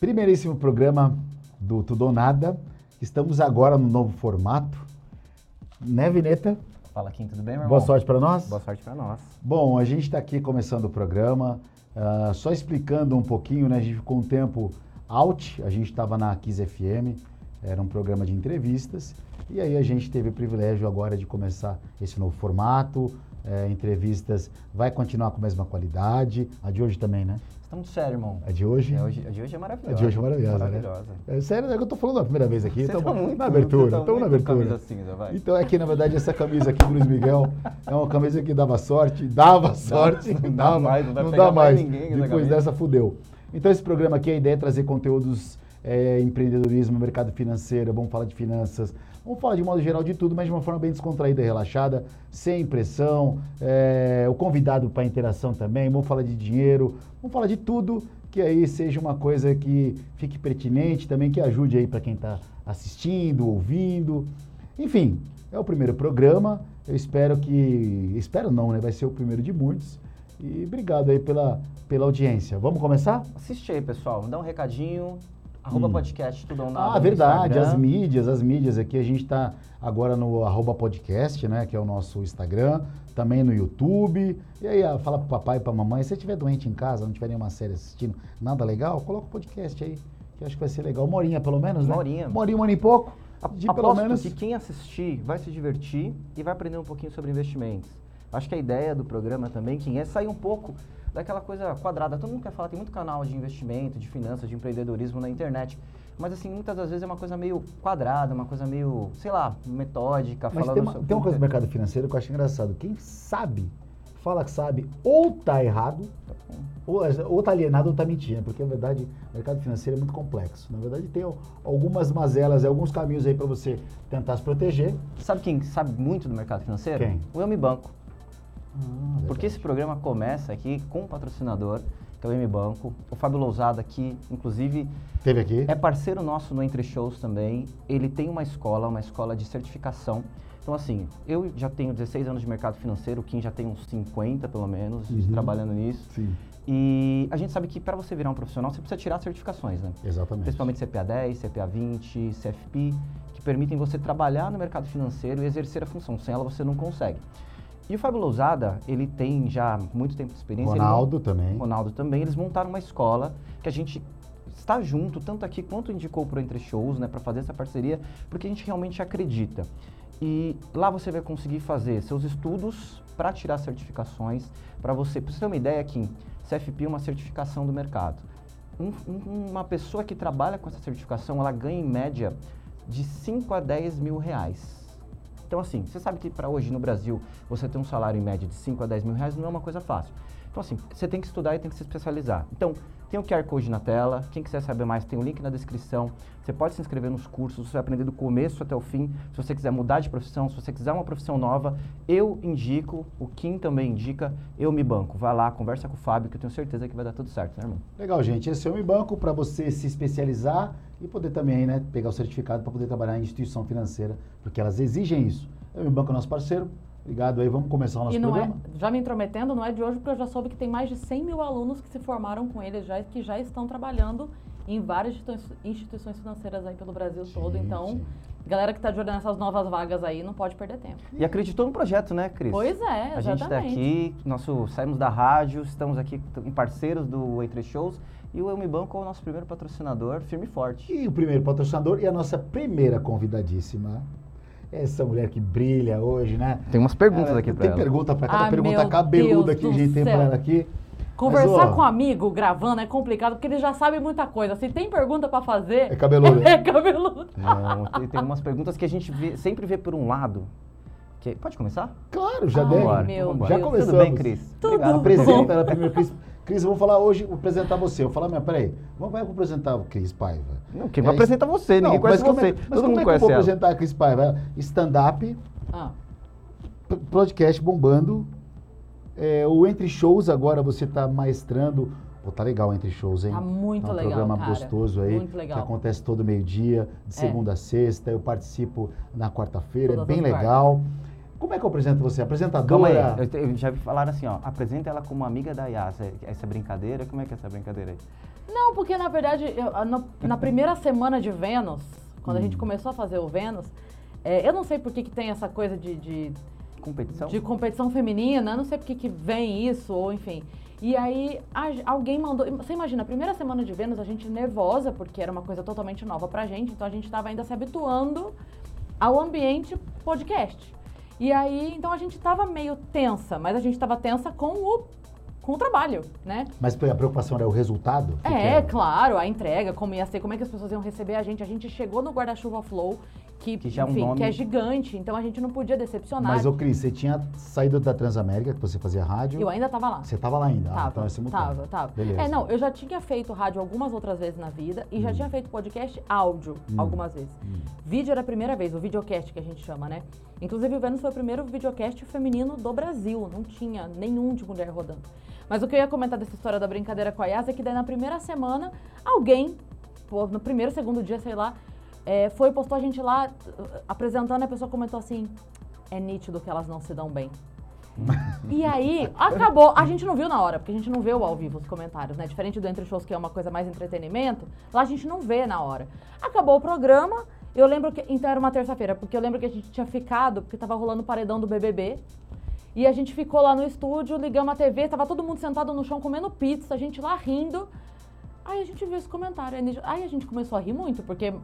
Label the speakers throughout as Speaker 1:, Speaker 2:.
Speaker 1: Primeiríssimo programa do Tudo ou Nada. Estamos agora no novo formato. Né, Vineta?
Speaker 2: Fala, Kim, tudo bem, meu
Speaker 1: Boa
Speaker 2: irmão?
Speaker 1: sorte para nós.
Speaker 2: Tá Boa sorte pra nós.
Speaker 1: Bom, a gente está aqui começando o programa, ah, só explicando um pouquinho, né? A gente ficou um tempo out, a gente estava na Kiss FM, era um programa de entrevistas, e aí a gente teve o privilégio agora de começar esse novo formato. eh, entrevistas vai continuar com a mesma qualidade. A de hoje também, né?
Speaker 2: Estamos tá sério, irmão.
Speaker 1: A de hoje.
Speaker 2: É, hoje- A de hoje é maravilhosa.
Speaker 1: A de hoje é maravilhosa, né?
Speaker 2: Maravilhosa.
Speaker 1: É sério, é que eu tô falando a primeira vez aqui.
Speaker 2: Você
Speaker 1: tamo
Speaker 2: tá muito-
Speaker 1: na abertura,
Speaker 2: tá
Speaker 1: tamo na
Speaker 2: muito
Speaker 1: abertura.
Speaker 2: camisa cinza, vai.
Speaker 1: Então é que, na verdade, essa camisa aqui do Luiz Miguel é uma camisa que dava sorte, dava sorte,
Speaker 2: não dá
Speaker 1: dava,
Speaker 2: mais, não vai
Speaker 1: não
Speaker 2: pegar
Speaker 1: dá
Speaker 2: mais
Speaker 1: mais.
Speaker 2: ninguém com essa
Speaker 1: Depois
Speaker 2: camisa.
Speaker 1: dessa, fudeu. Então esse programa aqui, a ideia é trazer conteúdos, é, empreendedorismo, mercado financeiro, vamos falar de finanças, vamos falar de modo geral de tudo, mas de uma forma bem descontraída e relaxada, sem pressão, é, o convidado para interação também, vamos falar de dinheiro, vamos falar de tudo que aí seja uma coisa que fique pertinente também, que ajude aí para quem está assistindo, ouvindo. Enfim, é o primeiro programa. Eu espero que. Espero não, né? Vai ser o primeiro de muitos. E obrigado aí pela, pela audiência. Vamos começar?
Speaker 2: Assiste aí, pessoal. Dá um recadinho. Arroba podcast, tudo ou nada.
Speaker 1: Hum. Ah,
Speaker 2: no
Speaker 1: verdade,
Speaker 2: Instagram.
Speaker 1: as mídias, as mídias aqui. A gente está agora no arroba podcast, né? Que é o nosso Instagram, também no YouTube. E aí, ah, fala pro papai e pra mamãe. Se você estiver doente em casa, não tiver nenhuma série assistindo, nada legal, coloca o podcast aí. Que eu acho que vai ser legal. Uma horinha, pelo menos, né?
Speaker 2: Uma horinha.
Speaker 1: Uma horinha, uma horinha e pouco.
Speaker 2: A-
Speaker 1: De pelo
Speaker 2: Aposto
Speaker 1: menos.
Speaker 2: que quem assistir vai se divertir e vai aprender um pouquinho sobre investimentos. Acho que a ideia do programa também, Kim, é sair um pouco daquela coisa quadrada. Todo mundo quer falar, tem muito canal de investimento, de finanças, de empreendedorismo na internet. Mas, assim, muitas das vezes é uma coisa meio quadrada, uma coisa meio, sei lá, metódica.
Speaker 1: Mas
Speaker 2: Tá falando
Speaker 1: tem uma,
Speaker 2: sobre-
Speaker 1: tem uma coisa do mercado financeiro que eu acho engraçado. Quem sabe, fala que sabe, ou tá errado, ou, ou tá alienado ou tá mentindo. Porque, na verdade, o mercado financeiro é muito complexo. Na verdade, tem al- algumas mazelas, alguns caminhos aí para você tentar se proteger.
Speaker 2: Sabe quem sabe muito do mercado financeiro?
Speaker 1: Quem?
Speaker 2: O Eu Me Banco. Hum, Porque
Speaker 1: Porque
Speaker 2: esse programa começa aqui com um patrocinador, que é o M Banco. O Fábio Lousada aqui, inclusive,
Speaker 1: Teve aqui.
Speaker 2: É parceiro nosso no Entre Shows também. Ele tem uma escola, uma escola de certificação. Então, assim, eu já tenho 16 anos de mercado financeiro, o Kim já tem uns 50 pelo menos,
Speaker 1: Uhum.
Speaker 2: trabalhando nisso.
Speaker 1: Sim,
Speaker 2: E a gente sabe que para você virar um profissional, você precisa tirar certificações, né?
Speaker 1: exatamente.
Speaker 2: Principalmente CPA 10, CPA 20, CFP, que permitem você trabalhar no mercado financeiro e exercer a função. Sem ela, você não consegue. E o Fábio Lousada, ele tem já muito tempo de experiência. ele não-
Speaker 1: Ronaldo também.
Speaker 2: Ronaldo também, eles montaram uma escola que a gente está junto, tanto aqui quanto indicou para Entre Shows, né, para fazer essa parceria, porque a gente realmente acredita. E lá você vai conseguir fazer seus estudos para tirar certificações, para você, para você ter uma ideia, Kim, CFP é uma certificação do mercado. Um- um- uma pessoa que trabalha com essa certificação, ela ganha em média de 5 a 10 mil reais. Então, assim, você sabe que para hoje no Brasil você ter um salário em média de 5 a 10 mil reais não é uma coisa fácil. Então, assim, você tem que estudar e tem que se especializar. Então, tem o QR Code na tela. Quem quiser saber mais, tem o link na descrição. Você pode se inscrever nos cursos, você vai aprender do começo até o fim. Se você quiser mudar de profissão, se você quiser uma profissão nova, eu indico, o Kim também indica, eu me banco. Vai lá, conversa com o Fábio, que eu tenho certeza que vai dar tudo certo, né, irmão?
Speaker 1: Legal, gente. Esse é o Banco para você se especializar e poder também né, pegar o certificado para poder trabalhar em instituição financeira, porque elas exigem isso. O Banco é nosso parceiro. Obrigado aí. Vamos começar o nosso
Speaker 3: E não
Speaker 1: programa.
Speaker 3: é, já me intrometendo, não é de hoje, porque eu já soube que tem mais de 100 mil alunos que se formaram com eles já, e que já estão trabalhando em várias institui- instituições financeiras aí pelo Brasil todo.
Speaker 1: Sim,
Speaker 3: Então,
Speaker 1: sim.
Speaker 3: galera que está de olho nessas novas vagas aí, não pode perder tempo.
Speaker 2: E acreditou no projeto, né, Cris?
Speaker 3: Pois é,
Speaker 2: A
Speaker 1: tá
Speaker 2: gente está
Speaker 3: exatamente.
Speaker 2: aqui, nosso, saímos da rádio, estamos aqui t- em parceiros do E3 Shows e o Eu Me Banco é o nosso primeiro patrocinador, firme e forte.
Speaker 1: E o primeiro patrocinador e a nossa primeira convidadíssima. Essa mulher que brilha hoje, né?
Speaker 2: Tem umas perguntas
Speaker 1: Cara,
Speaker 2: aqui para
Speaker 1: Tem
Speaker 2: ela.
Speaker 1: pergunta pra cada
Speaker 3: Ah,
Speaker 1: pergunta
Speaker 3: meu Deus
Speaker 1: cabeluda que a
Speaker 3: do
Speaker 1: gente tem pra
Speaker 3: céu.
Speaker 1: ela aqui.
Speaker 3: Conversar
Speaker 1: ó,
Speaker 3: com um amigo gravando é complicado, porque ele já sabe muita coisa. Se tem pergunta para fazer,
Speaker 1: É cabeluda.
Speaker 3: é cabeludo.
Speaker 2: Não, tem, tem umas perguntas que a gente vê- sempre vê por um lado. que- pode começar?
Speaker 1: Claro, já
Speaker 3: Ai,
Speaker 1: deve.
Speaker 3: Bora. meu
Speaker 2: Vambora.
Speaker 1: Já
Speaker 3: Deus.
Speaker 1: começamos.
Speaker 2: Tudo bem, Cris?
Speaker 3: Tudo
Speaker 2: Obrigado.
Speaker 1: Apresenta ela primeiro, Cris. Cris, eu vou falar hoje, vou apresentar você. Eu vou falar, minha, peraí, vamos vai apresentar o Cris Paiva.
Speaker 2: Não, quem
Speaker 1: É,
Speaker 2: vai apresentar você, ninguém conhece
Speaker 1: como
Speaker 2: você.
Speaker 1: É, mas
Speaker 2: Todo
Speaker 1: como
Speaker 2: mundo
Speaker 1: é que eu
Speaker 2: conhece
Speaker 1: vou
Speaker 2: ela.
Speaker 1: apresentar a Cris Paiva? Ela, Stand-up,
Speaker 3: Ah,
Speaker 1: p- podcast bombando. É, o Entre Shows agora você tá maestrando. Pô, tá legal o Entre Shows, hein?
Speaker 3: tá muito
Speaker 1: É um
Speaker 3: legal,
Speaker 1: programa
Speaker 3: cara.
Speaker 1: gostoso aí,
Speaker 3: Muito
Speaker 1: que
Speaker 3: legal.
Speaker 1: acontece todo meio-dia, de segunda a sexta. Eu participo na quarta-feira, é
Speaker 3: Todas
Speaker 1: bem
Speaker 3: as
Speaker 1: legal. Como é que eu apresento você?
Speaker 2: Calma aí,
Speaker 1: Apresentadora?
Speaker 2: eu te- eu já me falaram assim, ó, apresenta ela como amiga da Yasa. Essa brincadeira, como é que é essa brincadeira aí?
Speaker 3: Não, porque na verdade, eu- a- na, na primeira semana de Vênus, quando a gente começou a fazer o Vênus, é, eu não sei por que, que tem essa coisa de, de,
Speaker 2: Competição?
Speaker 3: de competição feminina, eu não sei por que, que vem isso, ou enfim. E aí a- alguém mandou. Você imagina, a primeira semana de Vênus, a gente nervosa, porque era uma coisa totalmente nova pra gente, então a gente tava ainda se habituando ao ambiente podcast. E aí, então a gente tava meio tensa, mas a gente tava tensa com o, com o trabalho, né?
Speaker 1: Mas a preocupação era o resultado? Que que
Speaker 3: É,
Speaker 1: era?
Speaker 3: claro, a entrega, como ia ser, como é que as pessoas iam receber a gente. A gente chegou no guarda-chuva Flow, que,
Speaker 2: Que já é um
Speaker 3: enfim,
Speaker 2: nome-
Speaker 3: que é gigante, então a gente não podia decepcionar.
Speaker 1: Mas, ô Cris, você tinha saído da Transamérica, que você fazia rádio.
Speaker 3: né? Eu ainda tava lá.
Speaker 1: Você tava lá ainda? ah, então é simultâneo.
Speaker 3: tava, tava.
Speaker 1: Beleza. Hum.
Speaker 3: É, não, eu já tinha feito rádio algumas outras vezes na vida e já tinha feito podcast áudio algumas vezes. Vídeo era a primeira vez, o videocast que a gente chama, né? Inclusive o Vênus foi o primeiro videocast feminino do Brasil, não tinha nenhum de mulher rodando. Mas o que eu ia comentar dessa história da brincadeira com a Yas é que daí na primeira semana, alguém, pô, no primeiro, segundo dia, sei lá, é, foi e postou a gente lá t- apresentando e a pessoa comentou assim, é nítido que elas não se dão bem. E aí, acabou. A gente não viu na hora, porque a gente não vê o ao vivo os comentários, né? Diferente do Entre Shows, que é uma coisa mais entretenimento, lá a gente não vê na hora. Acabou o programa, eu lembro que. Então era uma terça-feira, porque eu lembro que a gente tinha ficado, porque tava rolando o paredão do BBB. E a gente ficou lá no estúdio, ligamos a TV, tava todo mundo sentado no chão comendo pizza, a gente lá rindo. Aí a gente viu esse comentário. aí a gente- Aí a gente começou a rir muito, porque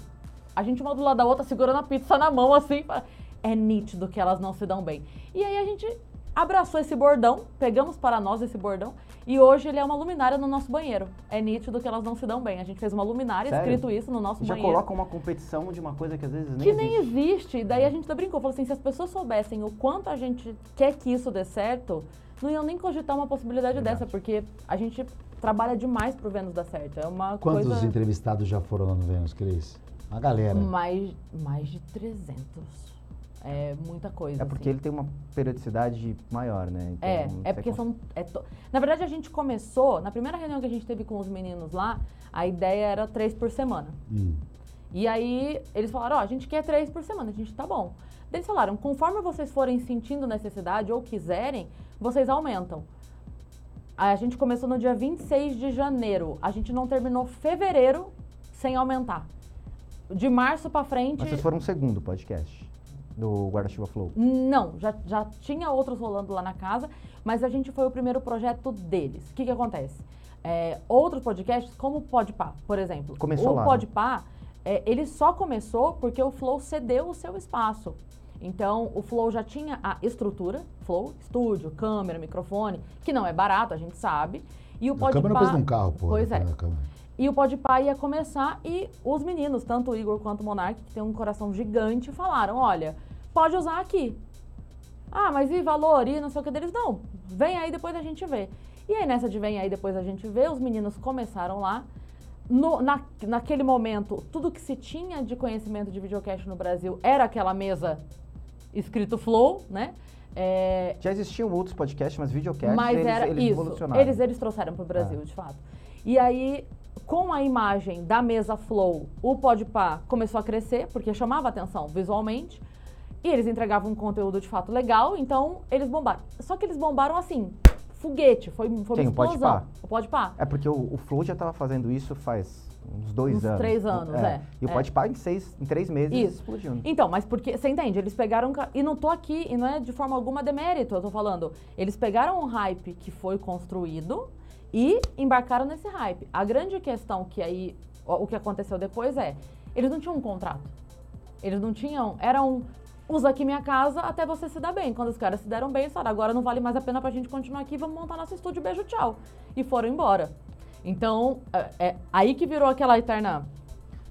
Speaker 3: a gente uma do lado da outra segurando a pizza na mão, assim. fala, É nítido que elas não se dão bem. E aí a gente abraçou esse bordão, pegamos para nós esse bordão, e hoje ele é uma luminária no nosso banheiro. É nítido que elas não se dão bem. A gente fez uma luminária,
Speaker 2: Sério?
Speaker 3: escrito isso no nosso
Speaker 2: Já
Speaker 3: banheiro.
Speaker 2: coloca uma competição de uma coisa que às vezes nem
Speaker 3: Que nem
Speaker 2: existe.
Speaker 3: existe. E Daí a gente até brincou, falou assim, se as pessoas soubessem o quanto a gente quer que isso dê certo, não iam nem cogitar uma possibilidade
Speaker 1: Verdade.
Speaker 3: dessa, porque a gente trabalha demais pro Vênus dar certo. É uma
Speaker 1: Quantos
Speaker 3: coisa...
Speaker 1: entrevistados já foram lá no Vênus, Cris? Uma galera.
Speaker 3: Mais, mais de 300. É muita coisa.
Speaker 2: É porque
Speaker 3: assim.
Speaker 2: ele tem uma periodicidade maior, né? Então,
Speaker 3: É, é
Speaker 2: você
Speaker 3: porque
Speaker 2: cons-
Speaker 3: são. é to- Na verdade, a gente começou, na primeira reunião que a gente teve com os meninos lá, a ideia era três por semana.
Speaker 1: Hum.
Speaker 3: E aí eles falaram: ó, a gente quer três por semana, a gente tá bom. Daí Eles falaram: conforme vocês forem sentindo necessidade ou quiserem, vocês aumentam. Aí A gente começou no dia 26 de janeiro, a gente não terminou fevereiro sem aumentar. De março pra frente.
Speaker 2: Mas vocês foram o segundo podcast do Guarda-Chuva Flow.
Speaker 3: Não, já, já tinha outros rolando lá na casa, mas a gente foi o primeiro projeto deles. O que, que acontece? É, outros podcasts, como o Podpah, por exemplo.
Speaker 2: Começou
Speaker 3: o
Speaker 2: lá, né?
Speaker 3: Podpah, é, ele só começou porque o Flow cedeu o seu espaço. Então, o Flow já tinha a estrutura, Flow, estúdio, câmera, microfone, que não é barato, a gente sabe. E o
Speaker 1: A câmera não
Speaker 3: Podpah...
Speaker 1: precisa de um carro, pô.
Speaker 3: Pois é.
Speaker 1: A câmera.
Speaker 3: E o Podpah ia começar e os meninos, tanto o Igor quanto o Monark, que tem um coração gigante, falaram, olha, pode usar aqui. Ah, mas e valor e não sei o que deles? Não, vem aí, depois a gente vê. E aí nessa de vem aí, depois a gente vê, os meninos começaram lá. No- na, naquele momento, tudo que se tinha de conhecimento de videocast no Brasil era aquela mesa escrito Flow, né? É,
Speaker 2: Já existiam outros podcasts, mas videocasts
Speaker 3: mas
Speaker 2: eles,
Speaker 3: era
Speaker 2: eles É.
Speaker 3: isso.
Speaker 2: evolucionaram.
Speaker 3: Eles, eles trouxeram para o Brasil, de fato. E aí, com a imagem da mesa Flow, o Podpah começou a crescer, porque chamava atenção visualmente. E eles entregavam um conteúdo de fato legal, então eles bombaram. Só que eles bombaram assim, foguete, foi, foi
Speaker 2: Quem, o
Speaker 3: uma explosão.
Speaker 2: Podpah?
Speaker 3: O Podpah.
Speaker 2: É porque o, o Flow já estava fazendo isso faz uns dois
Speaker 3: Uns
Speaker 2: anos.
Speaker 3: três anos, é,
Speaker 2: E o
Speaker 3: é.
Speaker 2: Podpah em, seis, em três meses
Speaker 3: Isso.
Speaker 2: explodiu. né?
Speaker 3: Então, mas porque, você entende, eles pegaram, ca- e não tô aqui, e não é de forma alguma demérito, eu tô falando, eles pegaram um hype que foi construído e embarcaram nesse hype. A grande questão que aí, o o que aconteceu depois é, eles não tinham um contrato, eles não tinham, era um, usa aqui minha casa até você se dar bem. Quando os caras se deram bem, eles falaram, agora não vale mais a pena pra gente continuar aqui, vamos montar nosso estúdio, beijo, tchau. E foram embora. Então, é, é aí que virou aquela eterna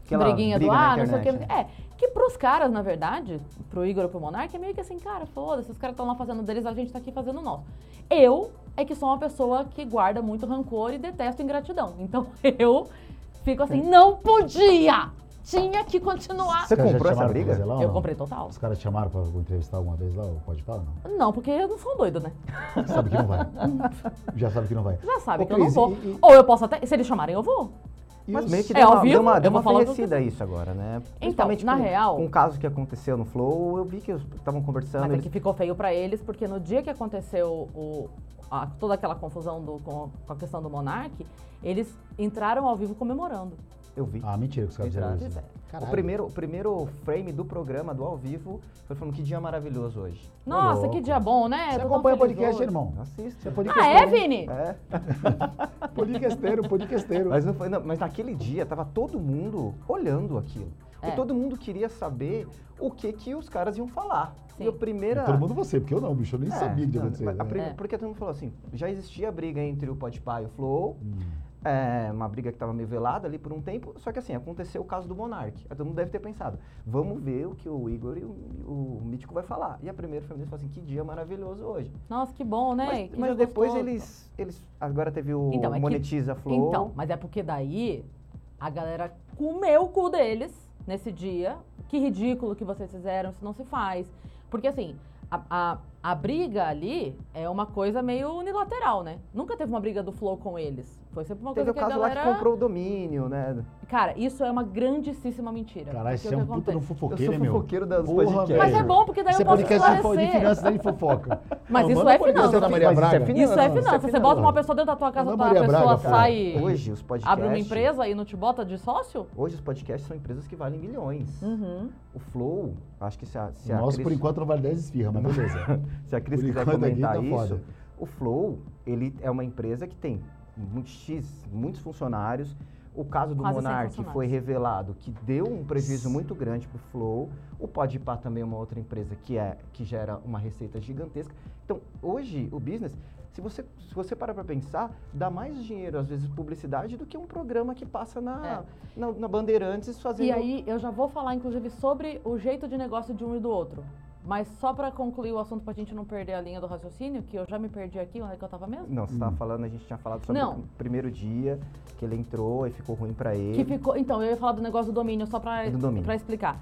Speaker 2: Aquela
Speaker 3: briguinha do
Speaker 2: briga na
Speaker 3: ah, não sei o que.
Speaker 2: internet, né?
Speaker 3: É, que pros caras, na verdade, pro Igor e pro Monark, é meio que assim, cara, foda-se, os caras estão lá fazendo deles, a gente tá aqui fazendo o nosso. Eu é que sou uma pessoa que guarda muito rancor e detesto ingratidão. Então eu fico assim, não podia! Tinha que continuar.
Speaker 2: Você
Speaker 1: Os caras já te
Speaker 2: comprou essa
Speaker 1: chamaram pra
Speaker 2: briga?
Speaker 1: fazer lá ou
Speaker 3: Eu
Speaker 1: não?
Speaker 3: comprei total.
Speaker 1: Os caras te chamaram pra entrevistar alguma vez lá, ou pode falar? Não.
Speaker 3: Não, porque eu não sou um doido, né?
Speaker 1: Sabe que não vai. já sabe que não vai.
Speaker 3: Já sabe
Speaker 1: Ô,
Speaker 3: que eu não
Speaker 1: Cris,
Speaker 3: vou.
Speaker 1: e- e-
Speaker 3: Ou eu posso até. Se eles chamarem, eu vou.
Speaker 1: E
Speaker 2: Mas
Speaker 1: os-
Speaker 2: meio que
Speaker 3: É,
Speaker 2: deu uma,
Speaker 3: ao vivo,
Speaker 2: deu uma,
Speaker 3: eu
Speaker 2: deu
Speaker 3: vou
Speaker 2: uma
Speaker 3: falar do que-
Speaker 2: ferrecida isso agora, né?
Speaker 3: Então,
Speaker 2: Principalmente
Speaker 3: na
Speaker 2: com-
Speaker 3: real-
Speaker 2: Com um caso que aconteceu no Flow, eu vi que estavam conversando.
Speaker 3: Mas é
Speaker 2: eles-
Speaker 3: que ficou feio pra eles, porque no dia que aconteceu o- a- toda aquela confusão do- com, com a questão do Monark, eles entraram ao vivo comemorando.
Speaker 2: Eu vi.
Speaker 1: Ah, mentira que os caras fizeram
Speaker 2: Exato.
Speaker 1: isso.
Speaker 2: O
Speaker 1: Caralho.
Speaker 2: primeiro, o primeiro frame do programa, do ao vivo, foi falando que dia maravilhoso hoje.
Speaker 3: Nossa,
Speaker 1: louco.
Speaker 3: que dia bom,
Speaker 1: Você
Speaker 3: né? Tô tão
Speaker 1: acompanha o
Speaker 3: feliz
Speaker 1: podcast,
Speaker 3: hoje.
Speaker 1: irmão?
Speaker 2: Assiste.
Speaker 1: Você é podcasteiro.
Speaker 3: Ah, é, Vini?
Speaker 2: É.
Speaker 1: Podcasteiro, podcasteiro.
Speaker 2: Mas, não foi, não, mas naquele dia tava todo mundo olhando aquilo.
Speaker 3: É.
Speaker 2: E todo mundo queria saber o que que os caras iam falar.
Speaker 3: Sim.
Speaker 2: E a primeira.
Speaker 1: Todo mundo você, porque eu não, bicho. Eu nem
Speaker 2: É,
Speaker 1: sabia que tinha
Speaker 2: não,
Speaker 1: acontecido.
Speaker 2: a
Speaker 1: né?
Speaker 2: prim-
Speaker 3: É.
Speaker 2: Porque todo mundo falou assim: já existia briga entre o Podpah e o Flow.
Speaker 1: Hum.
Speaker 2: É, uma briga que tava meio velada ali por um tempo. Só que assim, aconteceu o caso do Monark. Aí Todo mundo deve ter pensado: vamos ver o que o Igor e o, o Mítico vai falar. E a primeira feminista falou assim: que dia maravilhoso hoje.
Speaker 3: Nossa, que bom, né?
Speaker 2: mas
Speaker 3: Que
Speaker 2: mas
Speaker 3: dia
Speaker 2: depois
Speaker 3: gostoso.
Speaker 2: eles, eles. Agora teve o
Speaker 3: Então, é que-
Speaker 2: Monetiza Flow.
Speaker 3: Então, mas é porque daí a galera comeu o cu deles nesse dia. Que ridículo que vocês fizeram, isso não se faz. Porque assim, a, a, a briga ali é uma coisa meio unilateral, né? Nunca teve uma briga do Flow com eles. Foi sempre uma
Speaker 2: Teve
Speaker 3: coisa
Speaker 2: o
Speaker 3: que a
Speaker 2: caso
Speaker 3: galera...
Speaker 2: lá que comprou o domínio, né?
Speaker 3: Cara, isso é uma grandíssima mentira.
Speaker 1: Caralho,
Speaker 3: Porque
Speaker 1: você é
Speaker 3: o que
Speaker 1: um puta de um
Speaker 3: acontece?
Speaker 1: fofoqueiro,
Speaker 2: eu
Speaker 1: hein,
Speaker 2: sou
Speaker 1: meu?
Speaker 2: fofoqueiro das
Speaker 1: Porra,
Speaker 2: podcasts.
Speaker 3: Mas é
Speaker 1: velho.
Speaker 3: bom, porque daí
Speaker 1: Você
Speaker 3: eu posso
Speaker 1: podcast de fo- de
Speaker 3: esclarecer.
Speaker 1: finanças nem fofoca.
Speaker 3: Mas
Speaker 1: Não,
Speaker 3: isso
Speaker 1: manda
Speaker 3: é
Speaker 1: um podcast
Speaker 3: finança.
Speaker 1: da Maria
Speaker 2: Mas isso é
Speaker 1: Braga.
Speaker 2: finança.
Speaker 3: Isso é
Speaker 2: Não,
Speaker 3: finança.
Speaker 2: isso é
Speaker 3: Você bota
Speaker 1: finança.
Speaker 3: uma pessoa dentro da tua casa,
Speaker 1: Ana
Speaker 3: a
Speaker 1: Maria
Speaker 3: pessoa
Speaker 1: Braga, cara.
Speaker 3: sai,
Speaker 2: Hoje os podcasts.
Speaker 3: abre uma empresa e não te bota de sócio?
Speaker 2: Hoje os podcasts são empresas que valem milhões.
Speaker 3: Uhum.
Speaker 2: O Flow, acho que se a, se a
Speaker 1: Nossa,
Speaker 2: Cris,
Speaker 1: por enquanto não vale 10 esfirra, mas beleza.
Speaker 2: se a Cris
Speaker 1: Por
Speaker 2: quiser
Speaker 1: enquanto aqui
Speaker 2: comentar
Speaker 1: tá
Speaker 2: isso,
Speaker 1: foda.
Speaker 2: o Flow, ele é uma empresa que tem muitos X, muitos funcionários. O caso do
Speaker 3: Quase cem
Speaker 2: Monark
Speaker 3: funcionários.
Speaker 2: foi revelado que deu um prejuízo muito grande pro Flow. O Podpah também é uma outra empresa que, é, que gera uma receita gigantesca. Então, hoje, o business, se você, se você parar para pensar, dá mais dinheiro, às vezes, publicidade do que um programa que passa na, na, na Bandeirantes fazendo...
Speaker 3: É. E aí, eu já vou falar, inclusive, sobre o jeito de negócio de um e do outro. Mas só pra concluir o assunto, pra gente não perder a linha do raciocínio, que eu já me perdi aqui, onde é que eu tava mesmo?
Speaker 2: Não, você estava falando, a gente tinha falado sobre
Speaker 3: Não.
Speaker 2: o primeiro dia que ele entrou e ficou ruim pra
Speaker 3: Que
Speaker 2: ele.
Speaker 3: ficou. Então, eu ia falar do negócio do domínio, só pra,
Speaker 2: Do domínio.
Speaker 3: pra explicar.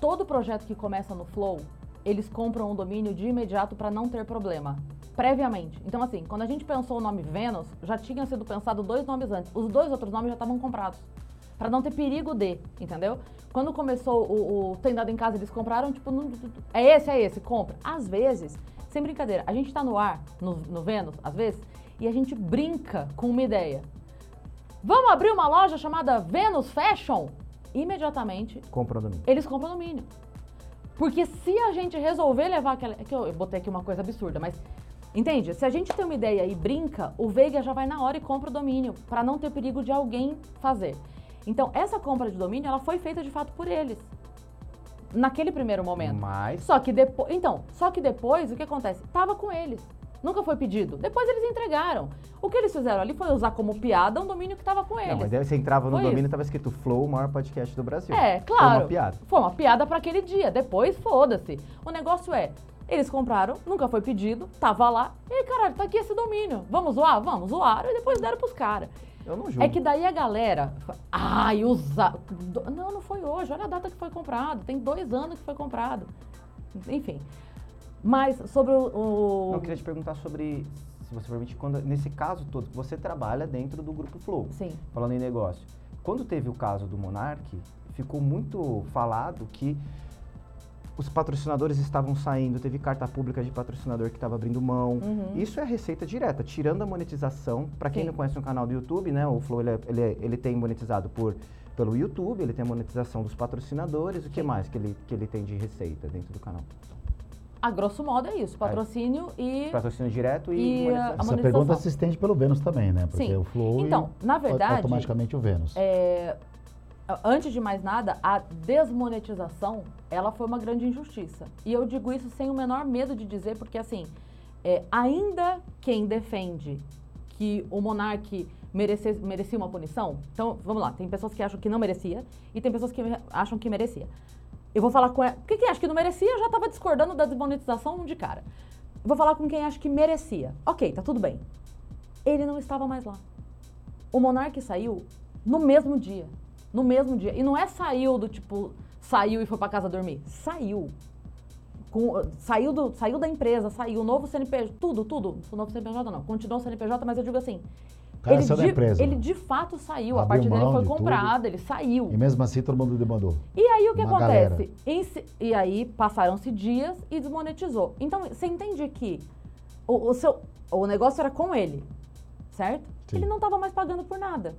Speaker 3: Todo projeto que começa no Flow, eles compram um domínio de imediato pra não ter problema. Previamente. Então, assim, quando a gente pensou o nome Vênus, já tinham sido pensado dois nomes antes. Os dois outros nomes já estavam comprados. Pra não ter perigo de, entendeu? Quando começou o, o Tem Dado em Casa, eles compraram, tipo, não- é esse, é esse, compra. Às vezes, sem brincadeira, a gente tá no ar, no, no Vênus, às vezes, e a gente brinca com uma ideia. Vamos abrir uma loja chamada Venus Fashion? Imediatamente,
Speaker 2: Comprou do mim.
Speaker 3: eles compram domínio. Porque se a gente resolver levar aquela. É que eu, eu botei aqui uma coisa absurda, mas. Entende? Se a gente tem uma ideia e brinca, o Veiga já vai na hora e compra o domínio, para não ter perigo de alguém fazer. Então, essa compra de domínio, ela foi feita de fato por eles. Naquele primeiro momento.
Speaker 2: Mas
Speaker 3: Só que depois. Então, só que depois o que acontece? Tava com eles. Nunca foi pedido. Depois eles entregaram. O que eles fizeram ali foi usar como piada um domínio que tava com eles.
Speaker 2: Não, mas aí você entrava no
Speaker 3: Foi
Speaker 2: domínio
Speaker 3: isso.
Speaker 2: e tava escrito Flow, o maior podcast do Brasil.
Speaker 3: É,
Speaker 2: Foi
Speaker 3: claro.
Speaker 2: uma piada.
Speaker 3: Foi uma piada pra aquele dia. Depois, foda-se. O negócio é, eles compraram, nunca foi pedido, tava lá. E caralho, tá aqui esse domínio. Vamos zoar? Vamos zoar. E depois deram pros caras.
Speaker 2: Eu não julgo.
Speaker 3: É que daí a galera. fa- Ai, usa. do- Não, não foi hoje. Olha a data que foi comprado. Tem dois anos que foi comprado. Enfim. Mas sobre o. o-
Speaker 2: Não, eu queria te perguntar sobre, se você permite, quando, nesse caso todo, você trabalha dentro do grupo Flow,
Speaker 3: Sim.
Speaker 2: falando em negócio. Quando teve o caso do Monark, ficou muito falado que os patrocinadores estavam saindo, teve carta pública de patrocinador que estava abrindo mão.
Speaker 3: Uhum.
Speaker 2: Isso é receita direta, tirando a monetização. Para quem
Speaker 3: Sim.
Speaker 2: não conhece o canal do YouTube, né? O Flow ele, é- ele, é- ele tem monetizado por pelo YouTube, ele tem a monetização dos patrocinadores. O que mais que ele, que ele tem de receita dentro do canal?
Speaker 3: A grosso modo é isso. Patrocínio e.
Speaker 2: Patrocínio direto e,
Speaker 3: E,
Speaker 2: monetização.
Speaker 3: a
Speaker 1: Essa
Speaker 3: monetização.
Speaker 1: pergunta se estende pelo Vênus também, né? Porque
Speaker 3: Sim.
Speaker 1: o Flow e
Speaker 3: Então, na verdade.
Speaker 1: automaticamente o Vênus.
Speaker 3: É, antes de mais nada, a desmonetização, ela foi uma grande injustiça. E eu digo isso sem o menor medo de dizer, porque assim, é, ainda quem defende que o monarque merecesse, merecia uma punição, então vamos lá, tem pessoas que acham que não merecia e tem pessoas que me- acham que merecia. Eu vou falar com ela. Porque quem acha que não merecia já estava discordando da desmonetização de cara. Vou falar com quem acha que merecia. Ok, tá tudo bem. Ele não estava mais lá. O Monark saiu no mesmo dia. No mesmo dia. E não é saiu do tipo, saiu e foi pra casa dormir. Saiu. Com- saiu, do, saiu da empresa, saiu, novo CNPJ, tudo, tudo. O novo CNPJ não, continuou o CNPJ, mas eu digo assim,
Speaker 1: cara
Speaker 3: ele,
Speaker 1: saiu da
Speaker 3: de,
Speaker 1: empresa.
Speaker 3: ele de fato saiu, a
Speaker 1: Abriu
Speaker 3: parte dele
Speaker 1: mão
Speaker 3: foi
Speaker 1: de tudo.
Speaker 3: comprada, ele saiu.
Speaker 1: E mesmo assim todo mundo demandou.
Speaker 3: E aí o que
Speaker 1: Uma galera.
Speaker 3: acontece? Em se- e aí passaram-se dias e desmonetizou. Então você entende que o, o seu, o negócio era com ele, certo?
Speaker 1: Sim.
Speaker 3: Ele não estava mais pagando por nada.